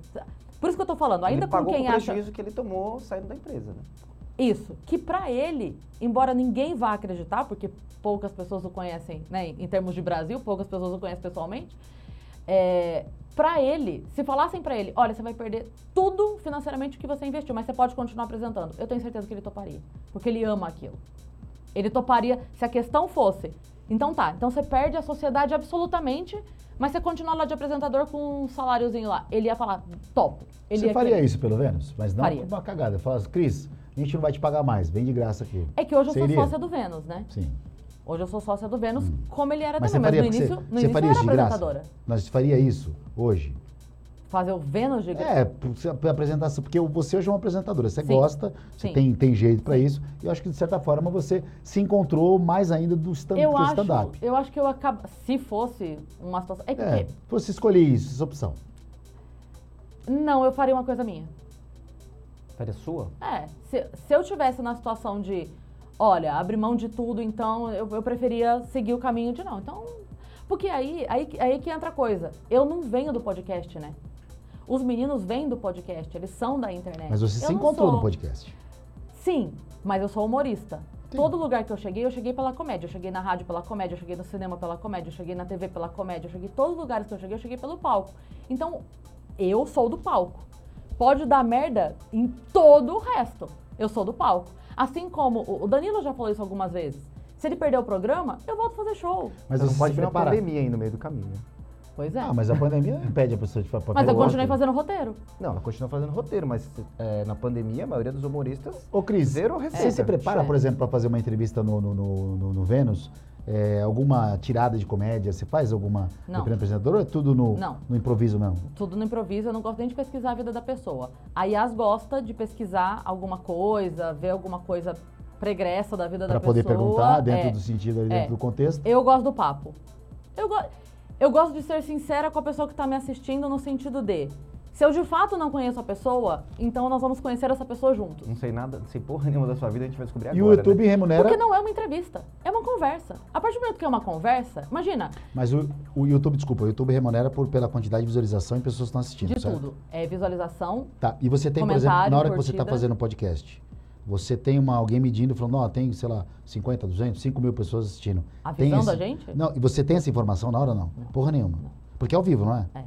Speaker 3: Por isso que eu tô falando, ainda
Speaker 2: ele
Speaker 3: com
Speaker 2: pagou
Speaker 3: quem
Speaker 2: o
Speaker 3: acha
Speaker 2: prejuízo que ele tomou saindo da empresa, né?
Speaker 3: isso, que pra ele, embora ninguém vá acreditar, porque poucas pessoas o conhecem, né, em termos de Brasil, poucas pessoas o conhecem pessoalmente, é, para ele, se falassem pra ele, olha, você vai perder tudo financeiramente que você investiu, mas você pode continuar apresentando. Eu tenho certeza que ele toparia, porque ele ama aquilo. Ele toparia se a questão fosse. Então tá, então você perde a sociedade absolutamente, mas você continua lá de apresentador com um saláriozinho lá. Ele ia falar, top. Ele
Speaker 1: Você
Speaker 3: ia
Speaker 1: faria
Speaker 3: querer.
Speaker 1: isso, pelo menos? Mas não
Speaker 3: Faria.
Speaker 1: por uma cagada. Fala assim, Cris, a gente não vai te pagar mais, vem de graça aqui.
Speaker 3: É que hoje eu
Speaker 1: Você
Speaker 3: sou
Speaker 1: iria?
Speaker 3: sócia do Vênus, né?
Speaker 1: Sim.
Speaker 3: Hoje eu sou sócia do Vênus, como ele era
Speaker 1: Hum. Mas você
Speaker 3: também.
Speaker 1: faria,
Speaker 3: Mas no
Speaker 1: porque
Speaker 3: início,
Speaker 1: você,
Speaker 3: no
Speaker 1: você
Speaker 3: início
Speaker 1: faria
Speaker 3: eu era
Speaker 1: isso de
Speaker 3: apresentadora.
Speaker 1: graça? Nós faria isso hoje?
Speaker 3: Fazer o Vênus de graça.
Speaker 1: É, para apresentação, porque você hoje é uma apresentadora, você
Speaker 3: Sim.
Speaker 1: gosta, você
Speaker 3: Sim.
Speaker 1: tem, tem jeito pra isso, e eu acho que de certa forma você se encontrou mais ainda do stand-
Speaker 3: eu,
Speaker 1: do
Speaker 3: acho,
Speaker 1: stand-up.
Speaker 3: eu acho que eu acabo. Se fosse uma situação. É
Speaker 1: É,
Speaker 3: porque.
Speaker 1: você escolher isso, essa opção.
Speaker 3: Não, eu faria uma coisa minha.
Speaker 2: Faria sua?
Speaker 3: É. Se, se eu tivesse na situação de, olha, abrir mão de tudo, então eu, eu preferia seguir o caminho de não. Então. Porque aí, aí, aí que entra a coisa. Eu não venho do podcast, né? Os meninos vêm do podcast, eles são da internet.
Speaker 1: Mas você
Speaker 3: É. Eu
Speaker 1: se
Speaker 3: não
Speaker 1: encontrou
Speaker 3: sou.
Speaker 1: no podcast.
Speaker 3: Sim, mas eu sou humorista.
Speaker 1: Entendi.
Speaker 3: Todo lugar que eu cheguei, eu cheguei pela comédia. Eu cheguei na rádio pela comédia, eu cheguei no cinema pela comédia, eu cheguei na TV pela comédia, eu cheguei em todos os lugares que eu cheguei, eu cheguei pelo palco. Então, eu sou do palco. Pode dar merda em todo o resto. Eu sou do palco. Assim como o o Danilo já falou isso algumas vezes. Se ele perder o programa, eu volto fazer show.
Speaker 1: Mas
Speaker 2: Você
Speaker 1: você
Speaker 2: não pode
Speaker 1: se
Speaker 2: vir uma
Speaker 1: prepara.
Speaker 2: pandemia aí no meio do caminho, né?
Speaker 3: Pois é.
Speaker 1: Ah, mas a pandemia não impede a pessoa de fa-
Speaker 3: mas eu
Speaker 1: fazer
Speaker 3: continuei
Speaker 1: roteiro.
Speaker 3: fazendo roteiro.
Speaker 2: Não, ela continua fazendo roteiro, mas é, na pandemia a maioria dos humoristas
Speaker 1: Ô, Cris,
Speaker 2: Zero
Speaker 1: você
Speaker 2: receita.
Speaker 3: É,
Speaker 1: se prepara, por exemplo, para fazer uma entrevista no, no, no, no- no Vênus? É, alguma tirada de comédia? Você faz alguma
Speaker 3: Não.
Speaker 1: dependendo do apresentador ou é tudo no,
Speaker 3: Não.
Speaker 1: no improviso mesmo?
Speaker 3: tudo no improviso, eu não gosto nem de pesquisar a vida da pessoa. A Yas gosta de pesquisar alguma coisa, ver alguma coisa pregressa da vida
Speaker 1: Para
Speaker 3: da pessoa.
Speaker 1: poder perguntar dentro
Speaker 3: é.
Speaker 1: do sentido, ali, dentro
Speaker 3: É.
Speaker 1: do contexto?
Speaker 3: Eu gosto do papo. Eu, go... eu gosto de ser sincera com a pessoa que está me assistindo no sentido de... Se eu de fato não conheço a pessoa, então nós vamos conhecer essa pessoa juntos.
Speaker 2: Não sei nada, não sei porra nenhuma da sua vida, a gente vai descobrir
Speaker 1: E
Speaker 2: agora.
Speaker 1: o YouTube
Speaker 2: né?
Speaker 1: remunera,
Speaker 3: Porque não é uma entrevista, é uma conversa. A partir do momento que é uma conversa, imagina,
Speaker 1: mas o, o YouTube, desculpa, o YouTube remunera por, pela quantidade de visualização e pessoas que estão assistindo,
Speaker 3: de
Speaker 1: certo?
Speaker 3: tudo. É visualização,
Speaker 1: Tá, e você tem, por exemplo, na
Speaker 3: Comentário,
Speaker 1: hora que você está
Speaker 3: curtida.
Speaker 1: fazendo um podcast, você tem uma, alguém medindo, falando, ó, tem, sei lá, 50, 200, 5 mil pessoas assistindo. Tem
Speaker 3: avisando
Speaker 1: esse-
Speaker 3: a gente?
Speaker 1: Não, e você tem essa informação na hora ou não? Porra nenhuma. Porque é ao vivo, não é?
Speaker 3: É.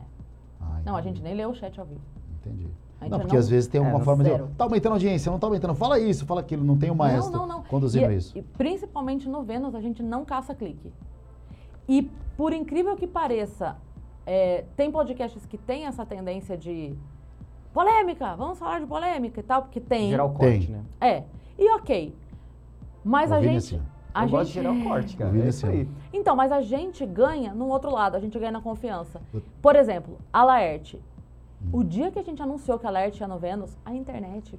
Speaker 1: Ah,
Speaker 3: Não, a
Speaker 1: entendi.
Speaker 3: gente nem leu o chat ao vivo.
Speaker 1: Entendi.
Speaker 3: A gente
Speaker 1: Não, porque
Speaker 3: não-
Speaker 1: às vezes tem
Speaker 2: É,
Speaker 1: uma
Speaker 2: não,
Speaker 1: forma de.
Speaker 3: zero.
Speaker 1: Tá aumentando a audiência, não tá aumentando. Fala isso, fala aquilo, não tem uma
Speaker 3: Não,
Speaker 1: esta
Speaker 3: não, não.
Speaker 1: conduzindo
Speaker 3: E-
Speaker 1: isso.
Speaker 3: E principalmente no Vênus, a gente não caça clique. E por incrível que pareça, é, tem podcasts que têm essa tendência de polêmica, vamos falar de polêmica e tal, porque tem.
Speaker 2: Gerar o corte,
Speaker 1: Tem.
Speaker 2: né?
Speaker 3: É. E ok. Mas
Speaker 1: Ouvi
Speaker 3: a
Speaker 1: nesse
Speaker 3: gente.
Speaker 1: ano.
Speaker 3: A
Speaker 2: eu
Speaker 3: gente...
Speaker 2: gosto de gerar o corte, cara.
Speaker 1: Ouvi
Speaker 2: É
Speaker 1: nesse
Speaker 2: isso aí.
Speaker 3: Então, mas a gente ganha no outro lado, a gente ganha na confiança.
Speaker 1: Eu-
Speaker 3: Por exemplo, a Laerte. O dia que a gente anunciou que a Laerte ia no Vênus, a internet.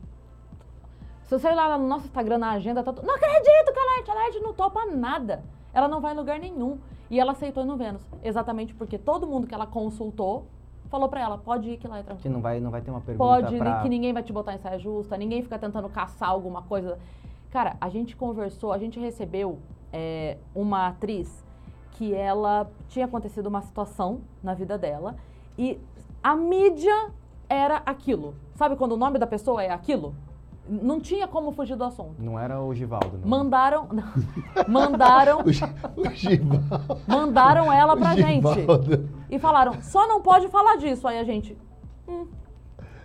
Speaker 3: Se você ir lá no nosso Instagram, na agenda, tá tudo. Não acredito que a Laerte, a Laerte não topa nada. Ela não vai em lugar nenhum. E ela aceitou ir no Vênus. Exatamente porque todo mundo que ela consultou falou pra ela: pode ir que lá é tranquilo.
Speaker 2: Que não vai, não vai ter uma pergunta
Speaker 3: Pode, né,
Speaker 2: pra...
Speaker 3: que ninguém vai te botar em saia justa, ninguém fica tentando caçar alguma coisa. Cara, a gente conversou, a gente recebeu é, uma atriz que ela tinha acontecido uma situação na vida dela e a mídia era aquilo. Sabe quando o nome da pessoa é aquilo? Não tinha como fugir do assunto.
Speaker 2: Não era o Givaldo, não.
Speaker 3: Mandaram. mandaram.
Speaker 1: O, Gi- o Gival.
Speaker 3: Mandaram ela
Speaker 1: o
Speaker 3: pra gente.
Speaker 1: Givaldo.
Speaker 3: E falaram, só não pode falar disso. Aí a gente. hum,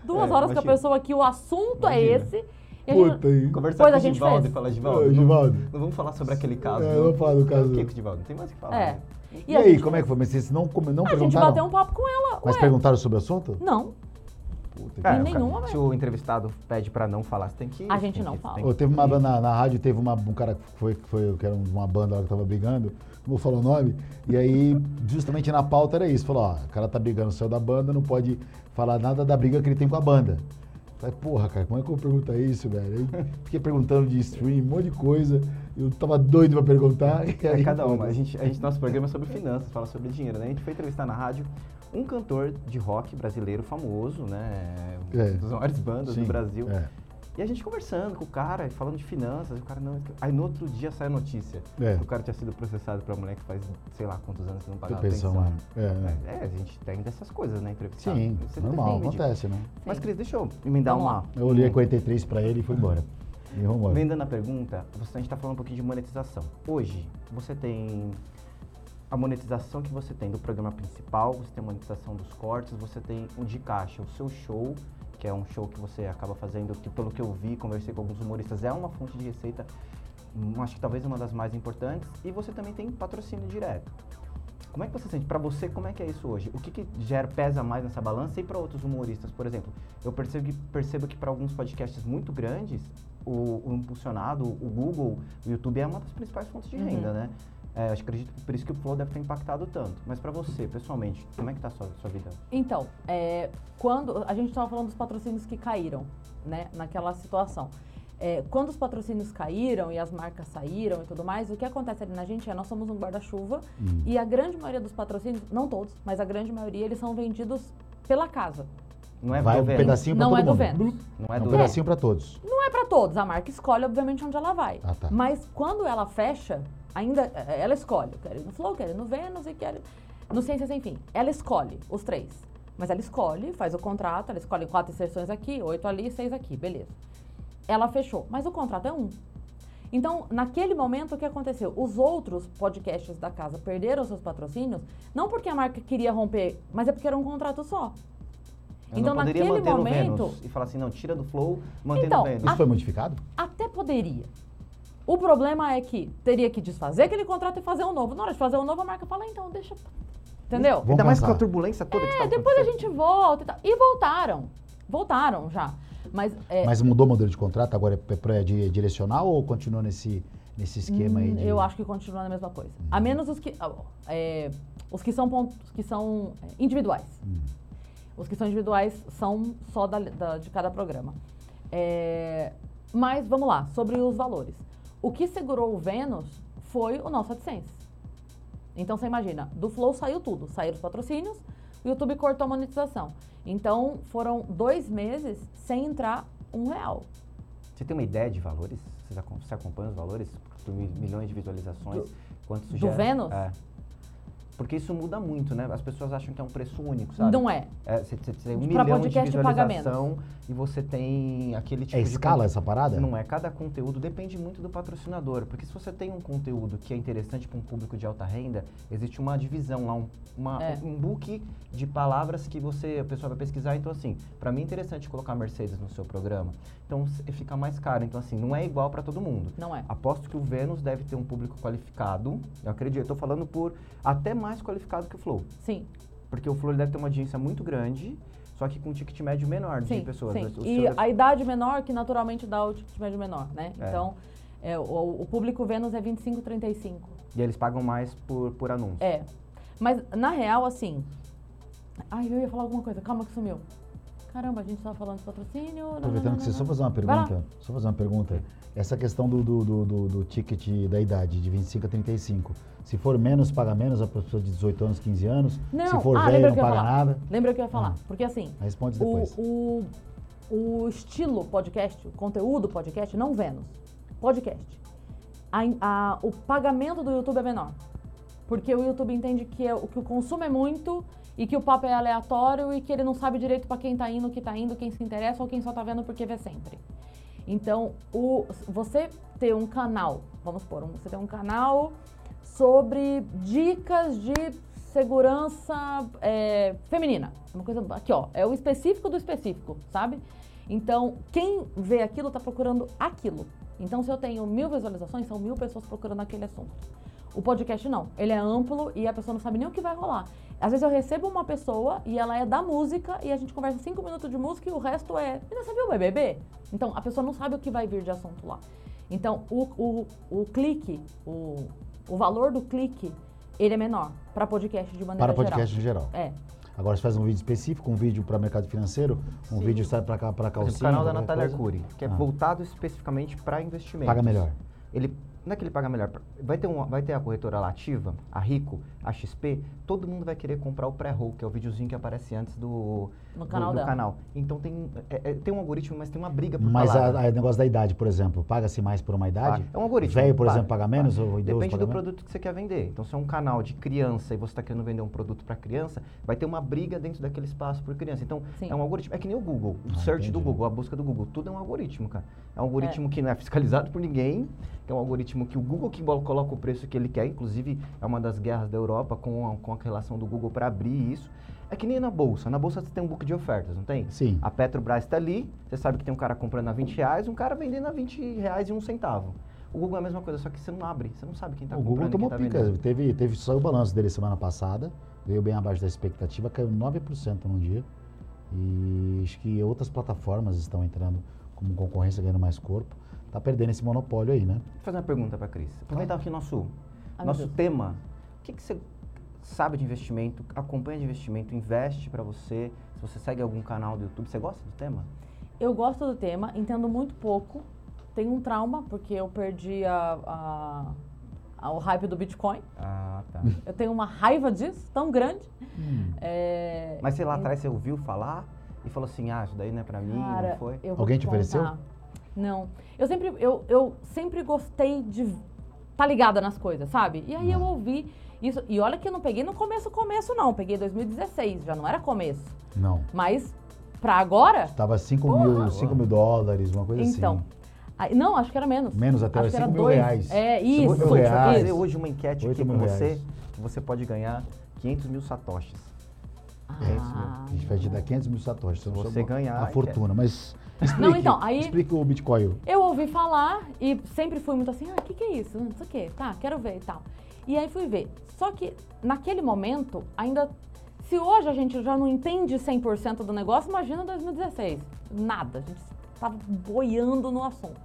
Speaker 3: duas
Speaker 2: É,
Speaker 3: horas que
Speaker 2: imagina.
Speaker 3: a pessoa aqui, o assunto é
Speaker 2: Imagina.
Speaker 3: esse. E a gente-
Speaker 1: Puta aí.
Speaker 2: Conversar
Speaker 3: Pois
Speaker 2: com
Speaker 3: a
Speaker 2: o
Speaker 3: gente
Speaker 2: Givaldo
Speaker 3: fez.
Speaker 2: e falar, Givaldo,
Speaker 1: Ô,
Speaker 2: não-
Speaker 1: Givaldo.
Speaker 2: não vamos falar sobre aquele caso.
Speaker 1: É,
Speaker 2: não.
Speaker 1: vamos falar do caso.
Speaker 2: O que, que, Givaldo? Não tem mais o que falar.
Speaker 3: É.
Speaker 2: né?
Speaker 1: E, aí, como é que foi? Mas vocês não, come- não
Speaker 3: A gente
Speaker 1: perguntaram?
Speaker 3: bateu um papo com ela.
Speaker 1: Mas
Speaker 3: Ué,
Speaker 1: perguntaram sobre o assunto?
Speaker 3: não.
Speaker 1: Puta
Speaker 2: Cara,
Speaker 3: Em
Speaker 1: pariu.
Speaker 2: o cara-
Speaker 3: nenhuma,
Speaker 2: Se o entrevistado pede pra não falar, você tem que...
Speaker 3: A gente
Speaker 2: tem
Speaker 3: não
Speaker 2: que-
Speaker 3: fala.
Speaker 2: tem
Speaker 1: Ô,
Speaker 2: que-
Speaker 1: teve uma na, na rádio, teve uma- um cara que foi, que foi que era um, uma banda lá que tava brigando, não vou falar o nome, e aí justamente na pauta era isso, falou, ó, o cara tá brigando, saiu da banda, não pode falar nada da briga que ele tem com a banda. Eu Falei, porra, cara, como é que eu vou perguntar isso, velho? Aí fiquei perguntando de stream, um monte de coisa, eu tava doido pra perguntar. e
Speaker 2: É
Speaker 1: aí,
Speaker 2: cada uma. A
Speaker 1: foda-se.
Speaker 2: gente, a gente, nosso programa é sobre finanças, fala sobre dinheiro, né? A gente foi entrevistar na rádio um cantor de rock brasileiro famoso, né?
Speaker 1: É.
Speaker 2: Um dos maiores bandas
Speaker 1: Sim,
Speaker 2: do Brasil.
Speaker 1: É.
Speaker 2: E a gente conversando com o cara, e falando de finanças, e o cara não. Aí no outro dia sai a notícia
Speaker 1: É.
Speaker 2: que o cara tinha sido processado pra mulher que faz sei lá quantos anos que não pagava
Speaker 1: pensão,
Speaker 2: pensão.
Speaker 1: é. É,
Speaker 2: É, a gente tem dessas coisas, né? Entrevistado.
Speaker 1: Sim,
Speaker 2: Você tá
Speaker 1: normal,
Speaker 2: defende.
Speaker 1: acontece, né?
Speaker 2: Mas, Cris, deixa eu emendar
Speaker 3: Vamos
Speaker 2: uma.
Speaker 3: lá.
Speaker 1: Eu olhei 43 pra ele e fui embora. E vamos embora.
Speaker 2: Vendendo a pergunta, você, a gente está falando um pouquinho de monetização. Hoje, você tem a monetização que você tem do programa principal, você tem a monetização dos cortes, você tem o de caixa, o seu show, que é um show que você acaba fazendo, que pelo que eu vi, conversei com alguns humoristas, é uma fonte de receita, hum, acho que talvez uma das mais importantes, e você também tem patrocínio direto. Como é que você sente? Pra você, como é que é isso hoje? O que, que gera, pesa mais nessa balança e pra outros humoristas, por exemplo? Eu percebo que, percebo que para alguns podcasts muito grandes, o, o impulsionado, o Google, o YouTube é uma das principais fontes de
Speaker 3: Uhum.
Speaker 2: renda, né? É, acho que acredito que por isso que o Flow deve ter impactado tanto. Mas pra você, pessoalmente, como é que tá a sua, sua vida?
Speaker 3: Então, é, quando a gente estava falando dos patrocínios que caíram, né, naquela situação. É, quando os patrocínios caíram e as marcas saíram e tudo mais, o que acontece ali na gente é nós somos um guarda-chuva
Speaker 1: Hum.
Speaker 3: e a grande maioria dos patrocínios, não todos, mas a grande maioria, eles são vendidos pela casa.
Speaker 2: Não é
Speaker 1: Vai um
Speaker 2: governo,
Speaker 1: pedacinho pra
Speaker 3: Não
Speaker 1: todo
Speaker 3: é do
Speaker 1: mundo.
Speaker 3: Vênus.
Speaker 2: Não
Speaker 1: É
Speaker 2: é
Speaker 1: um
Speaker 2: do
Speaker 1: pedacinho pra todos.
Speaker 3: Não é para todos, a marca escolhe obviamente onde ela vai.
Speaker 1: Ah, tá.
Speaker 3: Mas quando ela fecha, ainda eh, ela escolhe. Eu quero ir no Flow, quero ir no Vênus e quero ir no Ciência Sem Fim. Ela escolhe os três. Mas ela escolhe, faz o contrato, ela escolhe quatro inserções aqui, oito ali, seis aqui, beleza. Ela fechou, mas o contrato é um. Então, naquele momento, o que aconteceu? Os outros podcasts da casa perderam seus patrocínios, não porque a marca queria romper, mas é porque era um contrato só.
Speaker 2: Eu
Speaker 3: então,
Speaker 2: não poderia
Speaker 3: naquele
Speaker 2: manter
Speaker 3: momento,
Speaker 2: o Vênus e falar assim, não, tira do Flow, mantendo
Speaker 3: Então,
Speaker 2: o Vênus.
Speaker 1: Isso foi modificado?
Speaker 3: até poderia. O problema é que teria que desfazer aquele contrato e fazer um novo. Na hora de fazer um novo, a marca fala, "Ah, então, deixa. Entendeu?
Speaker 1: Vamos
Speaker 2: Ainda mais com a
Speaker 1: pensar.
Speaker 2: turbulência toda que
Speaker 3: É,
Speaker 2: tá
Speaker 3: depois a gente volta e tal. E voltaram. Voltaram já. Mas, é,
Speaker 1: Mas mudou o modelo de contrato? Agora é, pra- é di- direcional ou continua nesse, nesse esquema aí?
Speaker 3: hum,
Speaker 1: De... Uhum.
Speaker 3: eu acho que continua na mesma coisa. A menos os que. ah, é, os que são pontos que são é, individuais.
Speaker 1: Uhum.
Speaker 3: Os que são individuais são só da- da- de cada programa. É, mas vamos lá, sobre os valores. O que segurou o Vênus foi o nosso AdSense. Então você imagina, do Flow saiu tudo, saíram os patrocínios, o YouTube cortou a monetização. Então foram dois meses sem entrar um real.
Speaker 2: Você tem uma ideia de valores? Você, acom- você acompanha os valores? Por mi- milhões de visualizações? quanto isso
Speaker 3: do
Speaker 2: gera?
Speaker 3: Vênus?
Speaker 2: É. Porque isso muda muito, né? As pessoas acham que é um preço único, sabe?
Speaker 3: Não é.
Speaker 2: É, Você você tem um
Speaker 3: Pra
Speaker 2: milhão de
Speaker 3: podcast de
Speaker 2: visualização e você tem aquele tipo
Speaker 1: É
Speaker 2: de
Speaker 1: escala essa parada?
Speaker 2: não é cada conteúdo, depende muito do patrocinador. Porque se você tem um conteúdo que é interessante para um público de alta renda, existe uma divisão lá, um, uma-
Speaker 3: É.
Speaker 2: um book de palavras que você, a pessoa vai pesquisar. Então, assim, para mim é interessante colocar Mercedes no seu programa. Então se- fica mais caro. Então, assim, não é igual para todo mundo.
Speaker 3: Não é.
Speaker 2: Aposto que o Vênus deve ter um público qualificado. Eu acredito, eu tô falando por até mais qualificado que o Flow.
Speaker 3: Sim.
Speaker 2: Porque o Flow ele deve ter uma audiência muito grande, só que com um ticket médio menor
Speaker 3: Sim,
Speaker 2: de pessoas.
Speaker 3: sim.
Speaker 2: O- o
Speaker 3: E
Speaker 2: seu-
Speaker 3: a idade menor que naturalmente dá o ticket médio menor, né?
Speaker 2: É.
Speaker 3: Então, é, o, o público Vênus é 25, 35.
Speaker 2: E eles pagam mais por, por anúncio.
Speaker 3: É. Mas, na real, assim... Ai, eu ia falar alguma coisa. Calma que sumiu. Caramba, a gente tava falando de patrocínio...
Speaker 1: Aproveitando que você, só
Speaker 3: nananana.
Speaker 1: fazer uma
Speaker 3: Vai lá.
Speaker 1: pergunta. Só fazer uma pergunta. Essa questão do, do, do, do- do ticket da idade, de 25 a 35. Se for menos, paga menos, a pessoa de 18 anos, 15 anos.
Speaker 3: Não,
Speaker 1: Se for
Speaker 3: ah,
Speaker 1: velho,
Speaker 3: lembra
Speaker 1: não
Speaker 3: que eu ia
Speaker 1: paga
Speaker 3: falar.
Speaker 1: nada.
Speaker 3: Lembra que eu ia falar?
Speaker 1: Ah.
Speaker 3: Porque, assim,
Speaker 1: Responde
Speaker 3: o,
Speaker 1: depois.
Speaker 3: o, o estilo podcast, o conteúdo podcast, não Vênus, podcast. A in- a- o pagamento do YouTube é menor. Porque o YouTube entende que é- o que o consumo é muito e que o papo é aleatório e que ele não sabe direito pra quem tá indo, o que tá indo, quem se interessa ou quem só tá vendo porque vê sempre. Então, o, você ter um canal, vamos supor, um- você tem um canal sobre dicas de segurança é, feminina. Uma coisa aqui, ó, é o específico do específico, sabe? Então, quem vê aquilo tá procurando aquilo. Então, se eu tenho mil visualizações, são mil pessoas procurando aquele assunto. O podcast não, ele é amplo e a pessoa não sabe nem o que vai rolar. Às vezes eu recebo uma pessoa e ela é da música e a gente conversa cinco minutos de música e o resto é. Ainda sabia o BBB? Então a pessoa não sabe o que vai vir de assunto lá. Então o, o, o clique, o, o valor do clique, ele é menor para podcast de
Speaker 1: Para
Speaker 3: maneira
Speaker 1: podcast em geral.
Speaker 3: geral. É.
Speaker 1: Agora você faz um vídeo específico, um vídeo para mercado financeiro, um
Speaker 2: Sim.
Speaker 1: vídeo sai para cá, para
Speaker 2: Por
Speaker 1: calcinha.
Speaker 2: exemplo, o canal da
Speaker 1: qualquer
Speaker 2: Natália
Speaker 1: coisa.
Speaker 2: Arcuri, que é
Speaker 1: Ah.
Speaker 2: voltado especificamente para investimentos.
Speaker 1: Paga melhor.
Speaker 2: Ele Não é que ele paga melhor. Vai ter, uma, vai ter a corretora Lativa, a Rico, a XP, todo mundo vai querer comprar o pré-roll, que é o videozinho que aparece antes do, do-
Speaker 3: No canal
Speaker 2: do
Speaker 3: dela.
Speaker 2: canal. Então tem, é- é- tem um algoritmo, mas tem uma briga por
Speaker 1: Mas
Speaker 2: palavra.
Speaker 1: a- a- o negócio da idade, por exemplo, paga-se mais por uma idade?
Speaker 2: É um algoritmo.
Speaker 1: Velho, por
Speaker 2: Paga,
Speaker 1: exemplo, paga menos? Ou idoso
Speaker 2: Depende
Speaker 1: paga
Speaker 2: do
Speaker 1: menos?
Speaker 2: produto que você quer vender. Então, se é um canal de criança e você está querendo vender um produto para criança, vai ter uma briga dentro daquele espaço por criança. Então,
Speaker 3: Sim.
Speaker 2: é um algoritmo. É que nem o Google, o
Speaker 1: Ah,
Speaker 2: search do
Speaker 1: entendi.
Speaker 2: Google, a busca do Google. Tudo é um algoritmo, cara. É um algoritmo que não é fiscalizado por ninguém. É um algoritmo que o Google que bol- coloca o preço que ele quer. Inclusive, é uma das guerras da Europa com a, com a relação do Google para abrir isso. É que nem na Bolsa. Na Bolsa você tem um book de ofertas, não tem?
Speaker 1: Sim.
Speaker 2: A Petrobras está ali, você sabe que tem um cara comprando a 20 reais, um cara vendendo a 20 reais e um centavo. O Google é a mesma coisa, só que você não abre, você não sabe quem está
Speaker 1: o
Speaker 2: comprando.
Speaker 1: Google
Speaker 2: e
Speaker 1: tomou
Speaker 2: quem tá
Speaker 1: pica.
Speaker 2: vendendo.
Speaker 1: Teve, teve só o balanço dele semana passada, veio bem abaixo da expectativa, caiu 9% num dia. E acho que outras plataformas estão entrando como concorrência, ganhando mais corpo. Tá perdendo esse monopólio aí, né?
Speaker 2: Vou fazer uma pergunta para Cris. Aproveitar aqui nosso,
Speaker 3: Ai, Ah, meu
Speaker 2: nosso
Speaker 3: Deus.
Speaker 2: tema. O que, que você sabe de investimento, acompanha de investimento, investe para você? Se você segue algum canal do YouTube, você gosta do tema?
Speaker 3: Eu gosto do tema, entendo muito pouco. Tenho um trauma, porque eu perdi a- a- a- o hype do Bitcoin.
Speaker 2: Ah, tá.
Speaker 3: Eu tenho uma raiva disso, tão grande.
Speaker 2: Hum.
Speaker 3: É,
Speaker 2: Mas sei lá atrás você ouviu falar e falou assim: ah, isso daí não é para mim,
Speaker 3: Cara,
Speaker 2: não foi?
Speaker 3: eu vou
Speaker 1: Alguém te
Speaker 3: contar.
Speaker 1: ofereceu?
Speaker 3: Não. Eu sempre, eu, eu sempre gostei de tá ligada nas coisas, sabe? E aí eu ouvi isso. E olha que eu não peguei no começo, começo não. Peguei 2016, já não era começo.
Speaker 1: Não.
Speaker 3: Mas pra agora,
Speaker 1: Tava 5 mil, cinco mil dólares, uma coisa
Speaker 3: então.
Speaker 1: assim.
Speaker 3: aí- não, acho que era menos.
Speaker 1: Menos até,
Speaker 3: acho
Speaker 1: era
Speaker 3: que era
Speaker 1: 5 mil
Speaker 3: dois.
Speaker 1: reais.
Speaker 3: É,
Speaker 2: Eu
Speaker 3: isso.
Speaker 2: vou- eu vou
Speaker 1: reais.
Speaker 2: fazer hoje uma enquete
Speaker 1: Oito
Speaker 2: aqui com
Speaker 1: mil
Speaker 2: você,
Speaker 1: reais.
Speaker 2: que você pode ganhar 500 mil satoshis. É isso mesmo.
Speaker 3: Ah,
Speaker 1: A gente vai te dar 500 mil satoshis.
Speaker 2: Se
Speaker 1: só
Speaker 2: você ganhar,
Speaker 1: A
Speaker 2: é.
Speaker 1: fortuna, mas explique,
Speaker 3: Não, então, aí-
Speaker 1: explica o Bitcoin.
Speaker 3: Eu ouvi falar e sempre fui muito assim, ah, o que, que é isso? Não sei o quê, tá, quero ver e tal. E aí fui ver. Só que naquele momento, ainda. Se hoje a gente já não entende 100% do negócio, imagina 2016. Nada, a gente tava boiando no assunto.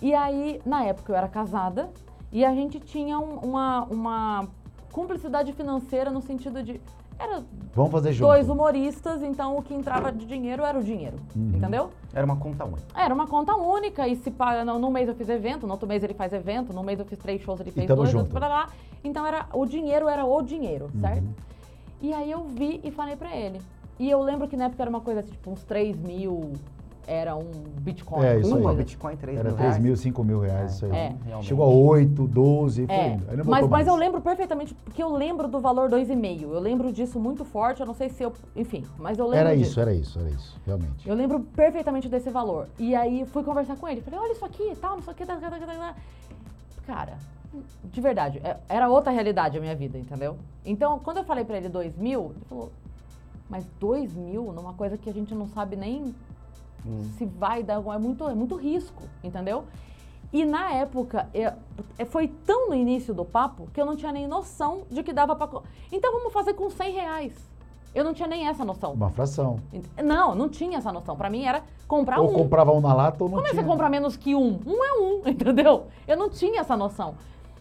Speaker 3: E aí, na época eu era casada e a gente tinha um- uma, uma cumplicidade financeira no sentido de. Era
Speaker 1: Vamos fazer junto.
Speaker 3: dois humoristas, então o que entrava de dinheiro era o dinheiro, entendeu?
Speaker 2: Era uma conta única.
Speaker 3: É, Era uma conta única e se paga, não, num mês eu fiz evento, no outro mês ele faz evento, num mês eu fiz três shows, ele fez
Speaker 1: tamo
Speaker 3: dois,
Speaker 1: junto. Uhum.
Speaker 3: outro, blá, blá, blá. Então era, o dinheiro era o dinheiro, certo? E aí eu vi e falei pra ele. E eu lembro que na época era uma coisa assim, tipo uns 3 mil, era um Bitcoin.
Speaker 1: É, isso
Speaker 2: Uma
Speaker 1: aí.
Speaker 2: Bitcoin 3
Speaker 1: Era
Speaker 2: mil
Speaker 1: 3
Speaker 2: reais.
Speaker 1: mil, 5 mil reais, isso aí.
Speaker 3: É.
Speaker 2: Realmente.
Speaker 1: Chegou a 8, 12, foi
Speaker 3: É,
Speaker 1: indo. Aí não
Speaker 3: mas,
Speaker 1: voltou
Speaker 3: mas eu
Speaker 1: mais.
Speaker 3: lembro perfeitamente, porque eu lembro do valor 2,5. Eu lembro disso muito forte, eu não sei se eu. Enfim, mas eu lembro.
Speaker 1: Era
Speaker 3: disso.
Speaker 1: isso, era isso, era isso, realmente.
Speaker 3: um Eu lembro perfeitamente desse valor. E aí fui conversar com ele. Falei, olha isso aqui e tal, não sei o que. tá, tá, tá, tá, tá. Cara, de verdade, é- era outra realidade a minha vida, entendeu? Então, quando eu falei pra ele 2 mil, ele falou, mas 2 mil numa coisa que a gente não sabe nem se vai dar alguma. É muito, é muito risco, entendeu? E na época, eu- é- foi tão no início do papo que eu não tinha nem noção de que dava pra. co- Então vamos fazer com 100 reais. Eu não tinha nem essa noção.
Speaker 1: Uma fração.
Speaker 3: Ent- Não, não tinha essa noção. Pra mim era comprar
Speaker 1: ou
Speaker 3: um.
Speaker 1: comprava um na lata ou não
Speaker 3: Como é que
Speaker 1: tinha.
Speaker 3: você compra menos que um? Um é um, entendeu? Eu não tinha essa noção.